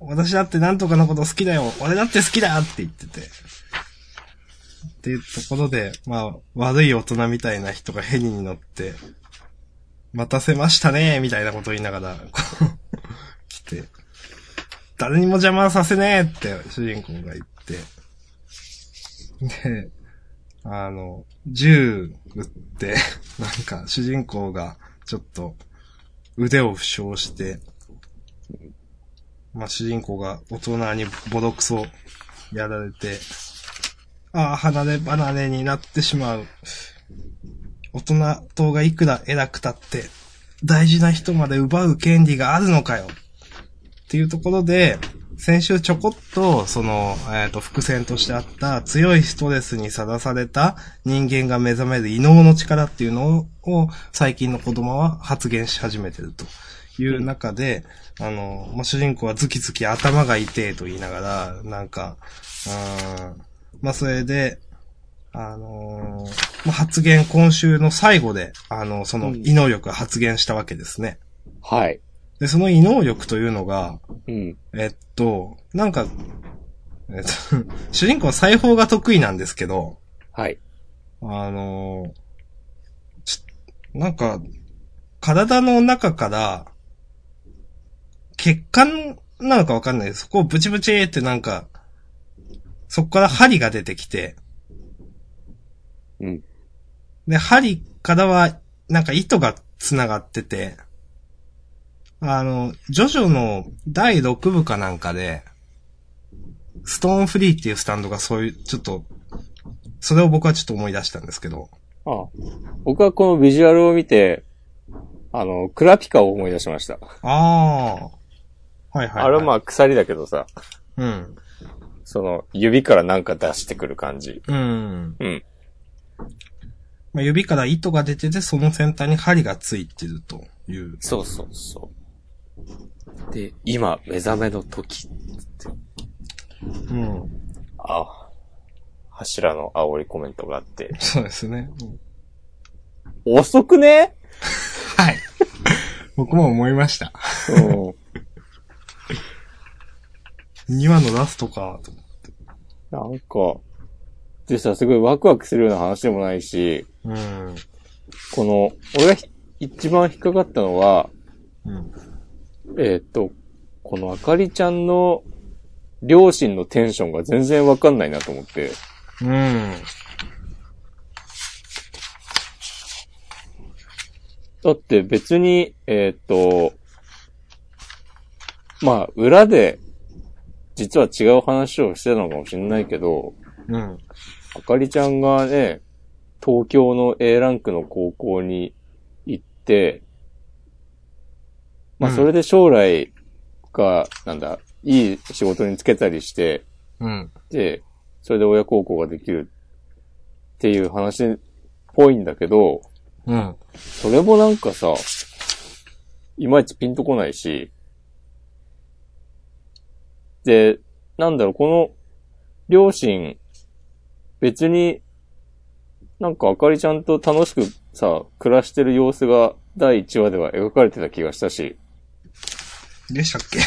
Speaker 2: 私だってなんとかのこと好きだよ俺だって好きだって言ってて。っていうところで、まあ、悪い大人みたいな人がヘリに乗って、待たせましたねみたいなことを言いながら、こう、来て、誰にも邪魔はさせねえって主人公が言って、で、あの、銃撃って、なんか主人公がちょっと腕を負傷して、まあ、主人公が大人にボロクソやられて、ああ、離れ離れになってしまう。大人党がいくら偉くたって、大事な人まで奪う権利があるのかよ。っていうところで、先週ちょこっと、その、えっ、と、伏線としてあった、強いストレスにさらされた人間が目覚める異能の力っていうのを、最近の子供は発言し始めてるという中で、あの、まあ、主人公はズキズキ頭が痛いと言いながら、なんか、うーん、まあ、それで、あのーまあ、発言、今週の最後で、あの、その、異能力が発言したわけですね。
Speaker 1: はい。
Speaker 2: で、その異能力というのが、
Speaker 1: うん。
Speaker 2: えっと、なんか、えっと、 主人公は裁縫が得意なんですけど、
Speaker 1: はい。
Speaker 2: あのーちょなんか、体の中から、血管なのかわかんないです。そこをブチブチってなんか、そこから針が出てきて、
Speaker 1: うん。
Speaker 2: で、針からは、なんか糸が繋がってて、あの、ジョジョの第6部かなんかで、ストーンフリーっていうスタンドがそういう、ちょっと、それを僕はちょっと思い出したんですけど、
Speaker 1: ああ僕はこのビジュアルを見て、あの、クラピカを思い出しました。
Speaker 2: ああ。はいはい、はい。
Speaker 1: あれはまあ鎖だけどさ、
Speaker 2: うん。
Speaker 1: その指からなんか出してくる感じ。
Speaker 2: うん。
Speaker 1: うん。
Speaker 2: まあ、指から糸が出てて、その先端に針がついてるという。
Speaker 1: そうそうそう。で、今、目覚めの時。
Speaker 2: うん。
Speaker 1: あ、柱の煽りコメントがあって。
Speaker 2: そうですね。うん
Speaker 1: 遅くね
Speaker 2: はい。 僕も思いました。
Speaker 1: うん。
Speaker 2: 2話のラストか、と。
Speaker 1: なんか、でさ、すごいワクワクするような話でもないし、
Speaker 2: うん。
Speaker 1: この、俺がひ一番引っかかったのは、
Speaker 2: うん。
Speaker 1: えーっ、と、このあかりちゃんの両親のテンションが全然わかんないなと思って。
Speaker 2: うん。
Speaker 1: だって別に、えーっ、と、まあ、裏で、実は違う話をしてたのかもしれないけど、
Speaker 2: うん。
Speaker 1: あかりちゃんがね、東京の A ランクの高校に行って、まあ、
Speaker 2: うん
Speaker 1: それで将来が、なんだ、いい仕事に就けたりして、
Speaker 2: うん。
Speaker 1: で、それで親孝行ができるっていう話っぽいんだけど、
Speaker 2: うん。
Speaker 1: それもなんかさ、いまいちピンとこないし、で、なんだろう、この、両親、別に、なんかあかりちゃんと楽しくさ、暮らしてる様子が第1話では描かれてた気がしたし、
Speaker 2: でしたっけ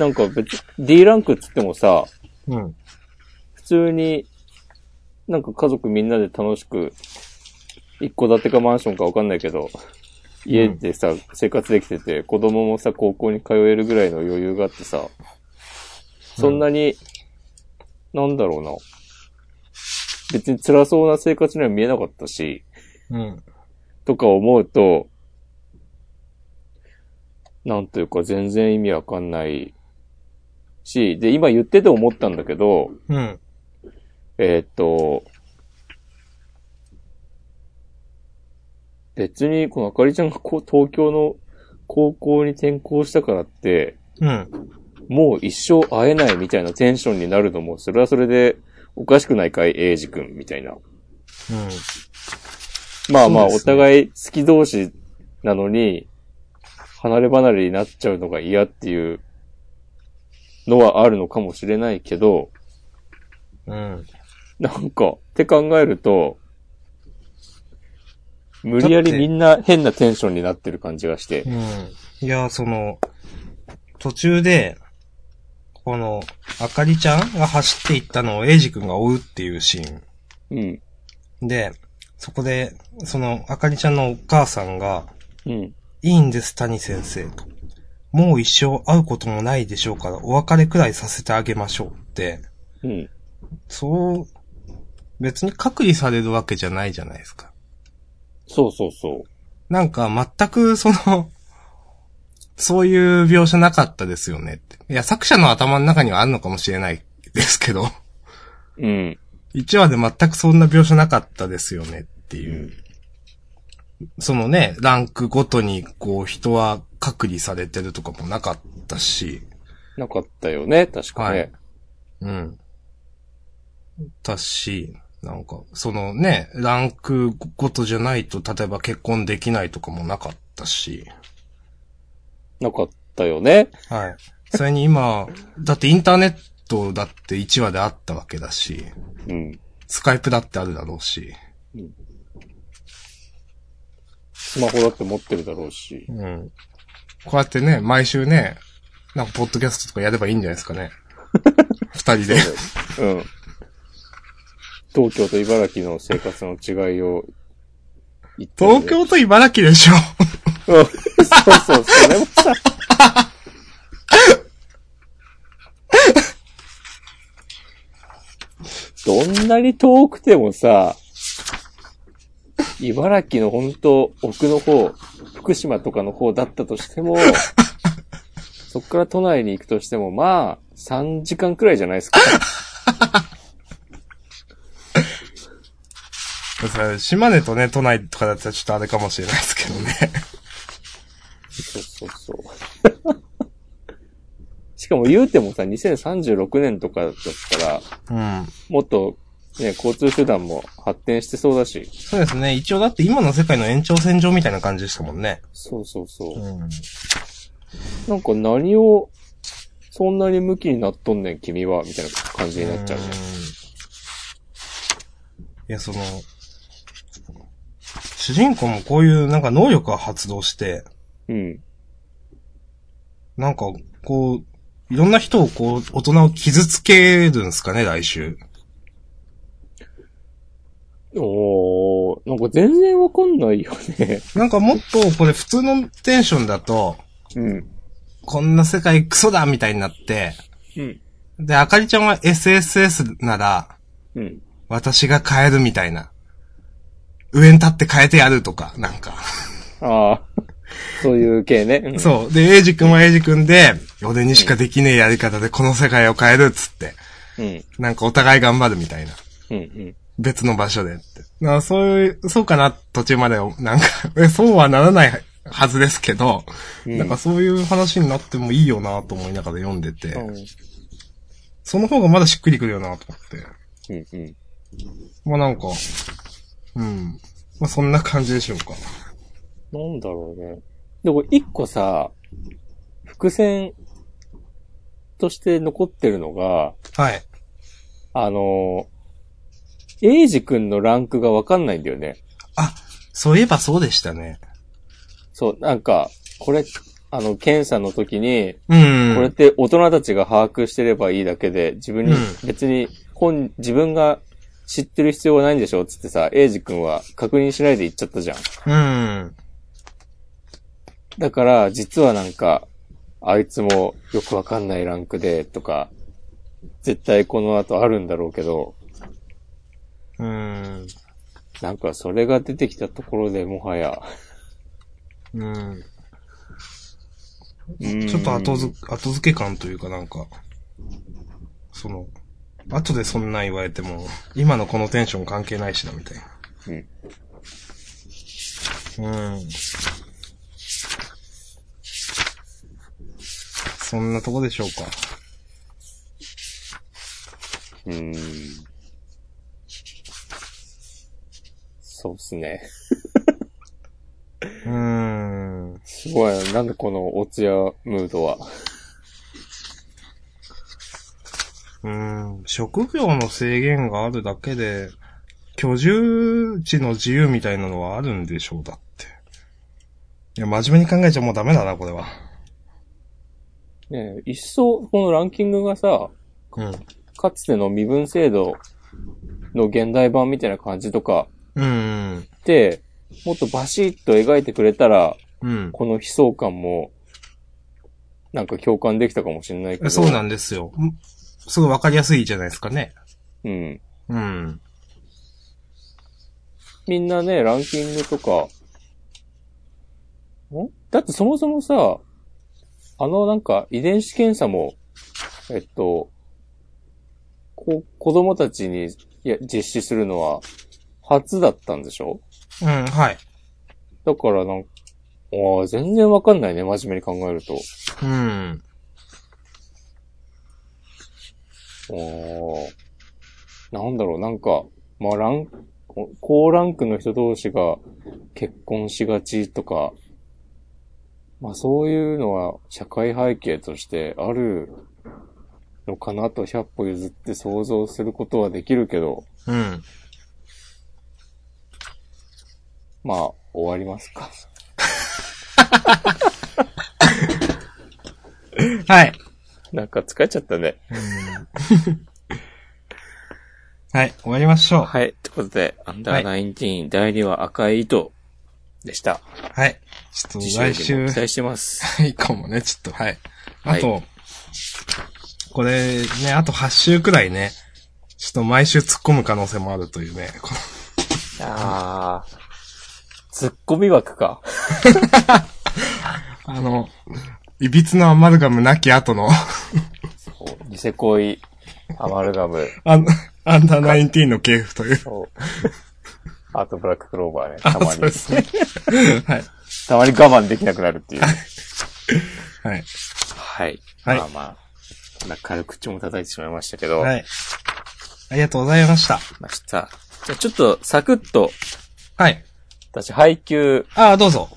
Speaker 1: なんか別、D ランクっつってもさ、
Speaker 2: うん。
Speaker 1: 普通に、なんか家族みんなで楽しく、一戸建てかマンションかわかんないけど、家でさ、生活できてて、子供もさ、高校に通えるぐらいの余裕があってさ、そんなに、なんだろうな。別に辛そうな生活には見えなかったし、
Speaker 2: うん。
Speaker 1: とか思うと、なんというか全然意味わかんないし、で、今言ってて思ったんだけど、
Speaker 2: うん。
Speaker 1: えーっと、別に、このあかりちゃんがこう東京の高校に転校したからって、
Speaker 2: うん。
Speaker 1: もう一生会えないみたいなテンションになるのも、それはそれでおかしくないかい、エイジ君みたいな。まあまあ、
Speaker 2: そうで
Speaker 1: お
Speaker 2: すね
Speaker 1: 互い好き同士なのに、離れ離れになっちゃうのが嫌っていうのはあるのかもしれないけど、
Speaker 2: うん。うん。
Speaker 1: なんか、って考えると、無理やりみんな変なテンションになってる感じがして。
Speaker 2: うん。いや、その、途中で、この、あかりちゃんが走っていったのをエイジ君が追うっていうシー
Speaker 1: うん。
Speaker 2: ン。で、そこで、その、あかりちゃんのお母さんが、
Speaker 1: うん。
Speaker 2: いいんです、谷先生。ともう一生会うこともないでしょうから、お別れくらいさせてあげましょうって。
Speaker 1: うん。
Speaker 2: そう、別に隔離されるわけじゃないじゃないですか。
Speaker 1: そうそうそ
Speaker 2: なんか全くその、 そういう描写なかったですよねって。いや、作者の頭の中にはあるのかもしれないですけど、
Speaker 1: う。うん。
Speaker 2: 1話で全くそんな描写なかったですよねっていう。そのね、ランクごとにこう人は隔離されてるとかもなかったし、
Speaker 1: なかったよね、確かね。
Speaker 2: うん。だし、なんか、そのね、ランクごとじゃないと、例えば結婚できないとかもなかったし、
Speaker 1: なかったよね。
Speaker 2: はい。それに今、だってインターネットだって1話であったわけだし、
Speaker 1: うん。
Speaker 2: スカイプだってあるだろうし、
Speaker 1: スマホだって持ってるだろうし。
Speaker 2: うん。こうやってね、毎週ね、なんかポッドキャストとかやればいいんじゃないですか ね。二人で。
Speaker 1: うん。東京と茨城の生活の違いを言ってるね、
Speaker 2: 東京と茨城でしょ。
Speaker 1: うんそうそう、それもさ。 どんなに遠くてもさ、茨城の本当奥の方、福島とかの方だったとして も、そっから都内に行くとしても、まあ、3時間くらいじゃないですか。
Speaker 2: それ 島根とね、都内とかだったらちょっとあれかもしれないですけどね。
Speaker 1: そうそうそう。 しかも言うてもさ、2036年とかだったら、
Speaker 2: うん。
Speaker 1: もっと、ね、交通手段も発展してそうだし。
Speaker 2: そうですね。一応だって今の世界の延長線上みたいな感じでしたもんね。
Speaker 1: そうそうそう。
Speaker 2: ん。
Speaker 1: なんか何を、そんなに向きになっとんねん、君は、みたいな感じになっちゃうね。
Speaker 2: いや、その、主人公もこういうなんか能力が発動して、
Speaker 1: うん。
Speaker 2: なんかこう、いろんな人をこう、大人を傷つけるんですかね、来週。
Speaker 1: おー、なんか全然わかんないよね。
Speaker 2: なんかもっとこれ普通のテンションだと、
Speaker 1: うん。
Speaker 2: こんな世界クソだみたいになって、
Speaker 1: うん。
Speaker 2: で、あかりちゃんは SSS なら、
Speaker 1: うん。
Speaker 2: 私が変えるみたいな。上に立って変えてやるとか、なんか。
Speaker 1: ああ、そういう系ね。うん
Speaker 2: そう。で、エイジ君はエイジ君で、俺にしかできねえやり方でこの世界を変えるっつって。
Speaker 1: うん。
Speaker 2: なんかお互い頑張るみたいな。
Speaker 1: うん。うん。
Speaker 2: 別の場所でって。なんかそういう、そうかな、途中まで、なんか、 えそうはならないはずですけど、
Speaker 1: うん
Speaker 2: なんかそういう話になってもいいよなと思いながら読んでて、
Speaker 1: うん
Speaker 2: その方がまだしっくりくるよなと思って。
Speaker 1: うんうん。
Speaker 2: まあなんか、うん。まあそんな感じでしょうか。
Speaker 1: なんだろうね。で、これ一個さ、伏線として残ってるのが、
Speaker 2: はい。
Speaker 1: あのー、エイジ君のランクがわかんないんだよね。
Speaker 2: あ、そういえばそうでしたね。
Speaker 1: そう、なんか、これ、あの、検査の時に、
Speaker 2: うん。
Speaker 1: これって大人たちが把握してればいいだけで、自分に
Speaker 2: うん、
Speaker 1: 別に、本、自分が知ってる必要はないんでしょつってさ、エイジ君は確認しないで行っちゃったじゃん。
Speaker 2: うん。
Speaker 1: だから、実はなんか、あいつもよくわかんないランクで、とか、絶対この後あるんだろうけど、
Speaker 2: うん。
Speaker 1: なんかそれが出てきたところでもはや、
Speaker 2: うん。
Speaker 1: ち
Speaker 2: ちょっと後付、後付け感というかなんか、その、後でそんなん言われても、今のこのテンション関係ないしだみたいな。
Speaker 1: うん。
Speaker 2: うん。そんなとこでしょうか。
Speaker 1: うーん。そうっすね。
Speaker 2: うーん。
Speaker 1: すごいな。なんでこのおつやムードは。
Speaker 2: うーん。職業の制限があるだけで、居住地の自由みたいなのはあるんでしょうだって。いや、真面目に考えちゃもうダメだな、これは。
Speaker 1: ねえ、一層、このランキングがさ、
Speaker 2: うん。
Speaker 1: かつての身分制度の現代版みたいな感じとか
Speaker 2: うん。
Speaker 1: で、もっとバシッと描いてくれたら、
Speaker 2: うん。
Speaker 1: この悲壮感も、なんか共感できたかもしれないけど。
Speaker 2: そうなんですよ。んすごいわかりやすいじゃないですかね。
Speaker 1: うん。
Speaker 2: うん。
Speaker 1: みんなね、ランキングとか、んだってそもそもさ、あのなんか遺伝子検査も、えっと、こ子供たちにいや実施するのは初だったんでしょ
Speaker 2: うん、はい。
Speaker 1: だからなんか、ああ、全然わかんないね、真面目に考えると。
Speaker 2: うん。
Speaker 1: あーなんだろう、なんか、まあ、ラン、こ高ランクの人同士が結婚しがちとか、まあ、そういうのは社会背景としてあるのかなと100歩譲って想像することはできるけど、
Speaker 2: うん。
Speaker 1: まあ、終わりますか。
Speaker 2: はい。
Speaker 1: なんか疲れちゃったね。
Speaker 2: はい、終わりましょう。
Speaker 1: はい。ということで、アンダーナインティーン第2話赤い糸でした。
Speaker 2: はい。ちょっと来週、
Speaker 1: 期待してます。
Speaker 2: はい、かもね、ちょっと、はい。
Speaker 1: は
Speaker 2: あ
Speaker 1: い
Speaker 2: と、これね、あと8週くらいね、ちょっと毎週突っ込む可能性もあるというね、この
Speaker 1: ああ。 ツッコミ枠か。
Speaker 2: あの、いびつなアマルガムなき後の、
Speaker 1: ニセ恋、アマルガム、
Speaker 2: アンアンダーナインティーンの系譜という。
Speaker 1: アートブラッククローバーね、たま
Speaker 2: そうで
Speaker 1: に、
Speaker 2: すね。はい。
Speaker 1: たまに我慢できなくなるっていう。
Speaker 2: はい。
Speaker 1: はい。
Speaker 2: はい
Speaker 1: まあまあ、こんな軽口も叩いてしまいましたけど、
Speaker 2: はい。ありがとうございました。
Speaker 1: まあした。じゃあちょっとサクッと、
Speaker 2: はい。
Speaker 1: 私、配給、
Speaker 2: ああ、どうぞ。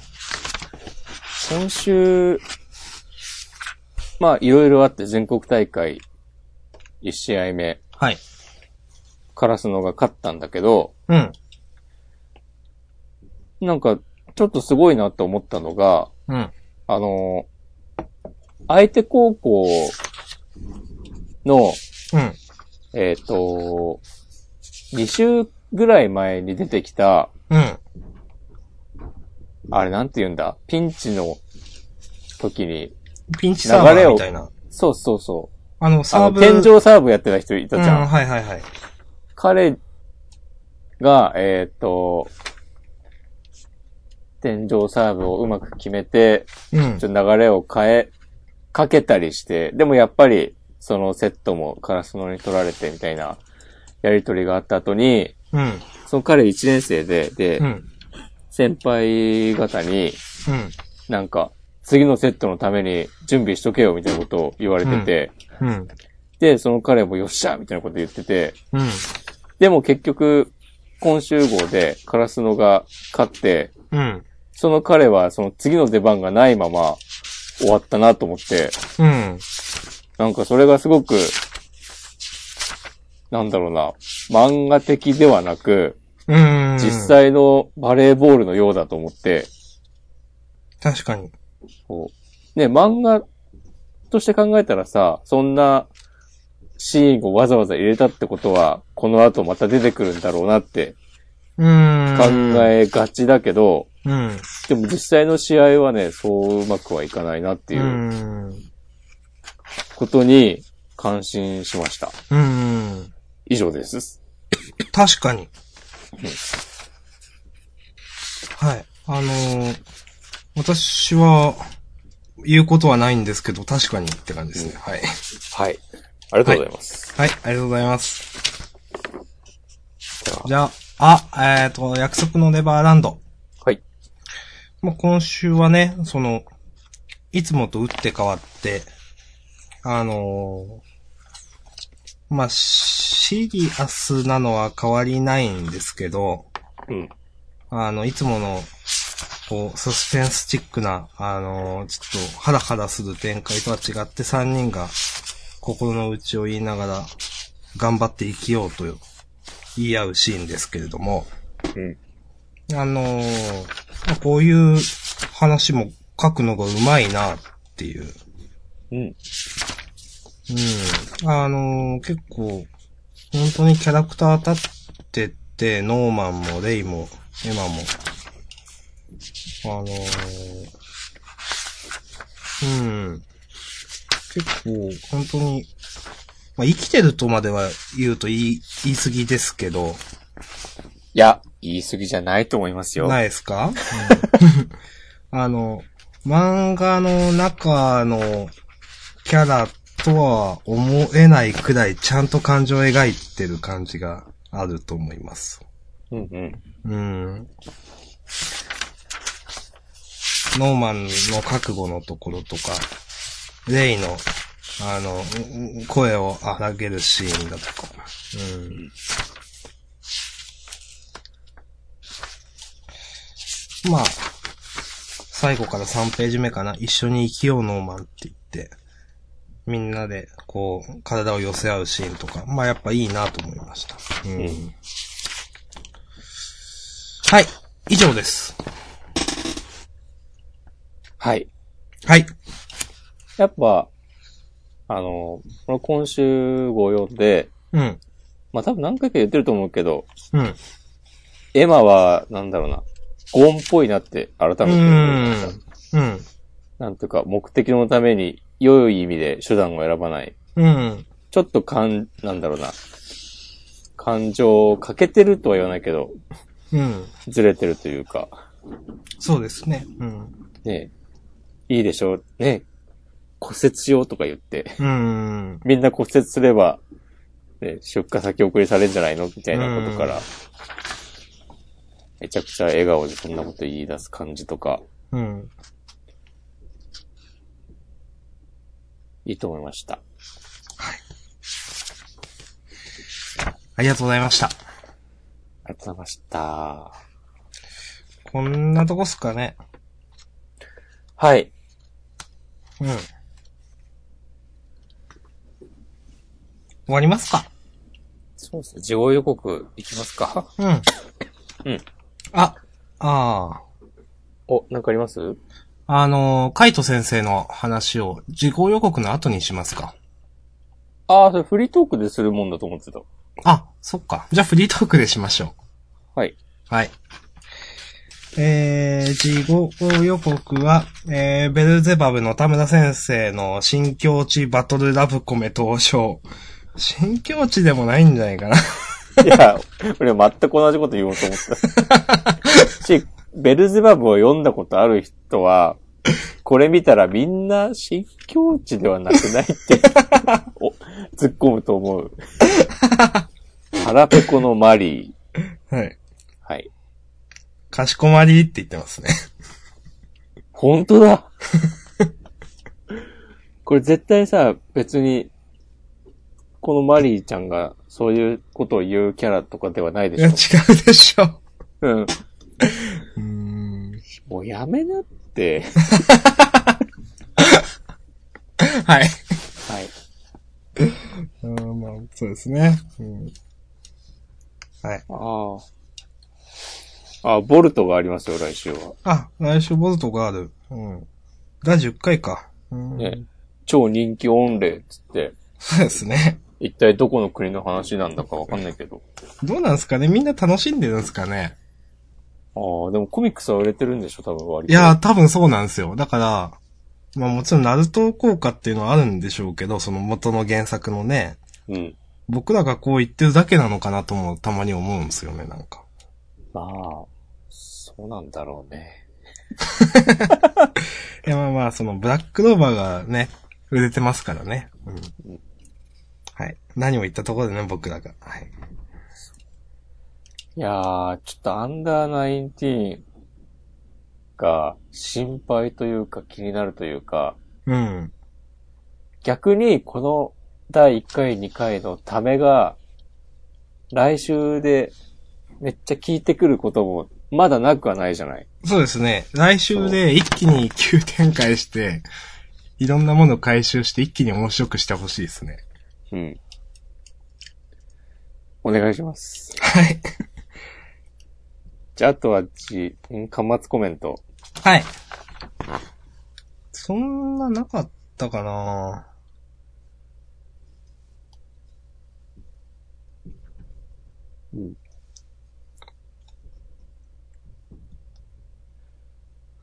Speaker 1: 今週、まあ、いろいろあって全国大会、1試合目、
Speaker 2: はい。
Speaker 1: カラスのが勝ったんだけど、
Speaker 2: うん。
Speaker 1: なんか、ちょっとすごいなと思ったのが、
Speaker 2: うん。
Speaker 1: あのー、相手高校の、
Speaker 2: うん。
Speaker 1: えっ、と、2週ぐらい前に出てきた、
Speaker 2: うん。
Speaker 1: あれなんて言うんだ、ピンチの時に、
Speaker 2: ピンチサーバ
Speaker 1: 流れ
Speaker 2: ー
Speaker 1: を
Speaker 2: みたいな。
Speaker 1: そうそうそう、
Speaker 2: あの、サ
Speaker 1: あの、
Speaker 2: ーブ。
Speaker 1: 天井サーブやってた人いたじゃん。
Speaker 2: うん、はいはいはい。
Speaker 1: 彼が、えっ、と、天井サーブをうまく決めて、
Speaker 2: うん
Speaker 1: ち。ょっと流れを変え、かけたりして、でもやっぱり、そのセットもカラスノに取られてみたいな、やりとりがあった後に、
Speaker 2: うん。
Speaker 1: その彼1年生で、で、
Speaker 2: うん。
Speaker 1: 先輩方に、
Speaker 2: うん。
Speaker 1: なんか、次のセットのために準備しとけよみたいなことを言われてて、
Speaker 2: うん。
Speaker 1: で、その彼もよっしゃみたいなこと言ってて、
Speaker 2: うん。
Speaker 1: でも結局、今週号でカラスノが勝って、
Speaker 2: うん。
Speaker 1: その彼はその次の出番がないまま終わったなと思って、
Speaker 2: うん。
Speaker 1: なんかそれがすごく、なんだろうな、漫画的ではなく、
Speaker 2: うん。
Speaker 1: 実。際のバレーボールのようだと思って、
Speaker 2: 確かに。
Speaker 1: こうね、漫画として考えたらさ、そんなシーンをわざわざ入れたってことは、この後また出てくるんだろうなって
Speaker 2: うん。
Speaker 1: 考。えがちだけど、
Speaker 2: うん。っ
Speaker 1: でも実際の試合はね、そううまくはいかないなって
Speaker 2: て
Speaker 1: いう
Speaker 2: うん。
Speaker 1: ことに感心しました。
Speaker 2: うん。
Speaker 1: 以上です。
Speaker 2: 確かに。はい。あのー私は、言うことはないんですけど、確かにって感じですね。はい。
Speaker 1: はい。ありがとうございます。
Speaker 2: はい、ありがとうございます。じゃあ、あ、えっ、と、約束のネバーランド。
Speaker 1: はい。
Speaker 2: まあ、今週はね、その、いつもと打って変わって、あのーまあ、シリアスなのは変わりないんですけど、
Speaker 1: うん。
Speaker 2: あの、いつもの、こう、サスペンスチックな、あのーちょっと、ハラハラする展開とは違って、3人が、心の内を言いながら、頑張って生きようと言い合うシーンですけれども、
Speaker 1: うん。
Speaker 2: あのーまあこういう話も書くのがうまいなっていう。
Speaker 1: うん。
Speaker 2: うん。あのー結構、本当にキャラクター立ってて、ノーマンもレイも、エマも、あのーうん。結構、本当に、まあ、生きてるとまでは言うと言い、言い過ぎですけど、
Speaker 1: いや、言い過ぎじゃないと思いますよ。
Speaker 2: ないですか、 あの、漫画の中のキャラとは思えないくらいちゃんと感情を描いてる感じがあると思います。
Speaker 1: うんうん。
Speaker 2: うん。ノーマンの覚悟のところとか、レイの、あの、うう声を荒げるシーンだとか。うん。まあ、最後から3ページ目かな。一緒に生きようノーマンって言って、みんなで、こう、体を寄せ合うシーンとか。まあやっぱいいなと思いました。うんはい。以上です。
Speaker 1: はい。
Speaker 2: はい。
Speaker 1: やっぱ、あの、この今週ご用で、
Speaker 2: うん。
Speaker 1: まあ、多分何回か言ってると思うけど、
Speaker 2: うん。
Speaker 1: エマは、なんだろうな、ゴンっぽいなって改めて
Speaker 2: う
Speaker 1: 思いまし
Speaker 2: ん
Speaker 1: た。。
Speaker 2: うん。
Speaker 1: なんというか、目的のために、良い意味で手段を選ばない。
Speaker 2: うん。
Speaker 1: ちょっと感、なんだろうな、感情を欠けてるとは言わないけど、
Speaker 2: うん。
Speaker 1: ずれてるというか、
Speaker 2: そうですね。うん。
Speaker 1: ねえいいでしょう、ねえ骨折しようとか言って。
Speaker 2: うん。
Speaker 1: みんな骨折すれば、ね、出荷先送りされるんじゃないのみたいなことか
Speaker 2: う
Speaker 1: ら、めちゃくちゃ笑顔でそんなこと言い出す感じとか、
Speaker 2: うん。
Speaker 1: いいと思いました。
Speaker 2: ありがとうございました。
Speaker 1: ありがとうございました。
Speaker 2: こんなとこっすかね。
Speaker 1: はい。
Speaker 2: うん。終わりますか
Speaker 1: そうですね。事後予告いきますか。
Speaker 2: うん。
Speaker 1: うん。
Speaker 2: あ、あ
Speaker 1: お、なんかあります
Speaker 2: あ。あのー、カイト先生の話を、事後予告の後にしますか。
Speaker 1: ああ、それフリートークでするもんだと思ってた。
Speaker 2: あ、そっか。じゃあフリートークでしましょう。
Speaker 1: はい。
Speaker 2: はい。えー、事後予告は、えー、ベルゼバブの田村先生の新境地バトルラブコメ登場。新境地でもないんじゃないか な。
Speaker 1: いや、俺全く同じこと言おうと思 った。し、ベルゼバブを読んだことある人は、これ見たらみんな新境地ではなく ないってお、突っ込むと思う。腹ペコのマリー。
Speaker 2: はい。
Speaker 1: はい。
Speaker 2: かしこまりって言ってますね。
Speaker 1: 本当 だこれ絶対さ、別に、このマリーちゃんがそういうことを言うキャラとかではないで
Speaker 2: いや、違
Speaker 1: し
Speaker 2: うでしょ。
Speaker 1: ょ。うん。
Speaker 2: うーん。
Speaker 1: もうやめな って。
Speaker 2: は
Speaker 1: は
Speaker 2: い。
Speaker 1: い。
Speaker 2: うん、まあ、そうですね。うん。はい。
Speaker 1: ああ。あ、ボルトがありますよ、来週は。
Speaker 2: あ、来週ボルトがある。うん。が10回か。うん。
Speaker 1: ね超人気御礼っつって、
Speaker 2: そうですね。
Speaker 1: 一体どこの国の話なんだかわかんないけど。
Speaker 2: どうなんですかねみんな楽しんでるんですかね
Speaker 1: ああ、でもコミックスは売れてるんでしょ、多分割
Speaker 2: い
Speaker 1: と。
Speaker 2: やー、多分そうなんですよ。だから、まあもちろんナルト効果っていうのはあるんでしょうけど、その元の原作のね、
Speaker 1: うん。
Speaker 2: 僕らがこう言ってるだけなのかなともたまに思うんですよね、なんか。
Speaker 1: まあ、そうなんだろうね。
Speaker 2: いや、まあまあ、その、ブラックローバーがね、売れてますからね。うん。はい。何を言ったところでね、僕らが。はい。
Speaker 1: いやー、ちょっとアンダーナインティーンが心配というか気になるというか、
Speaker 2: うん。
Speaker 1: 逆にこの第1回2回のためが、来週でめっちゃ聞いてくることもまだなくはないじゃない。
Speaker 2: そうですね。来週で一気に急展開して、いろんなものを回収して一気に面白くしてほしいですね。
Speaker 1: うん。お願いします。
Speaker 2: はい。
Speaker 1: じゃあ、あとはじ、ん、かまつコメント。
Speaker 2: はい。そんななかったかな
Speaker 1: うん。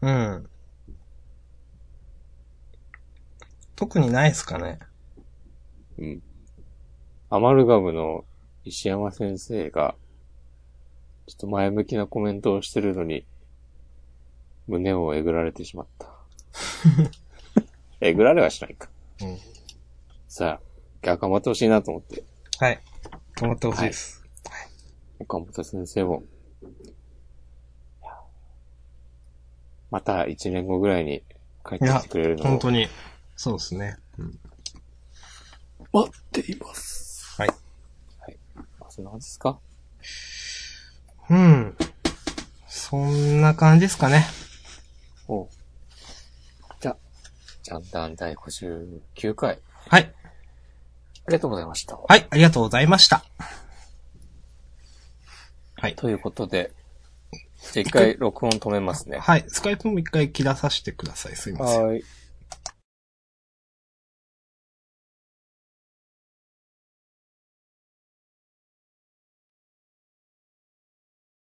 Speaker 2: うん。特にないっすかね。
Speaker 1: うん。アマルガムの石山先生が、ちょっと前向きなコメントをしてるのに、胸をえぐられてしまった。えぐられはしないか。
Speaker 2: うん。
Speaker 1: さあ、頑張ってほしいなと思って、
Speaker 2: はい。頑張ってほしいです。
Speaker 1: 岡本先生も。いやまた一年後ぐらいに帰ってきてくれるの
Speaker 2: 本
Speaker 1: を
Speaker 2: 当に。そうですね。
Speaker 1: 待っています。
Speaker 2: はい。
Speaker 1: あそんな感じですか
Speaker 2: うん。そんな感じですかね。
Speaker 1: おうじゃ、ジャンダン第59回、
Speaker 2: はい。
Speaker 1: ありがとうございました。
Speaker 2: はい、ありがとうございました。はい。
Speaker 1: ということで、じゃあ一回録音止めますね。
Speaker 2: はい、スカイプも一回切らさせてください。すいません。
Speaker 1: はい。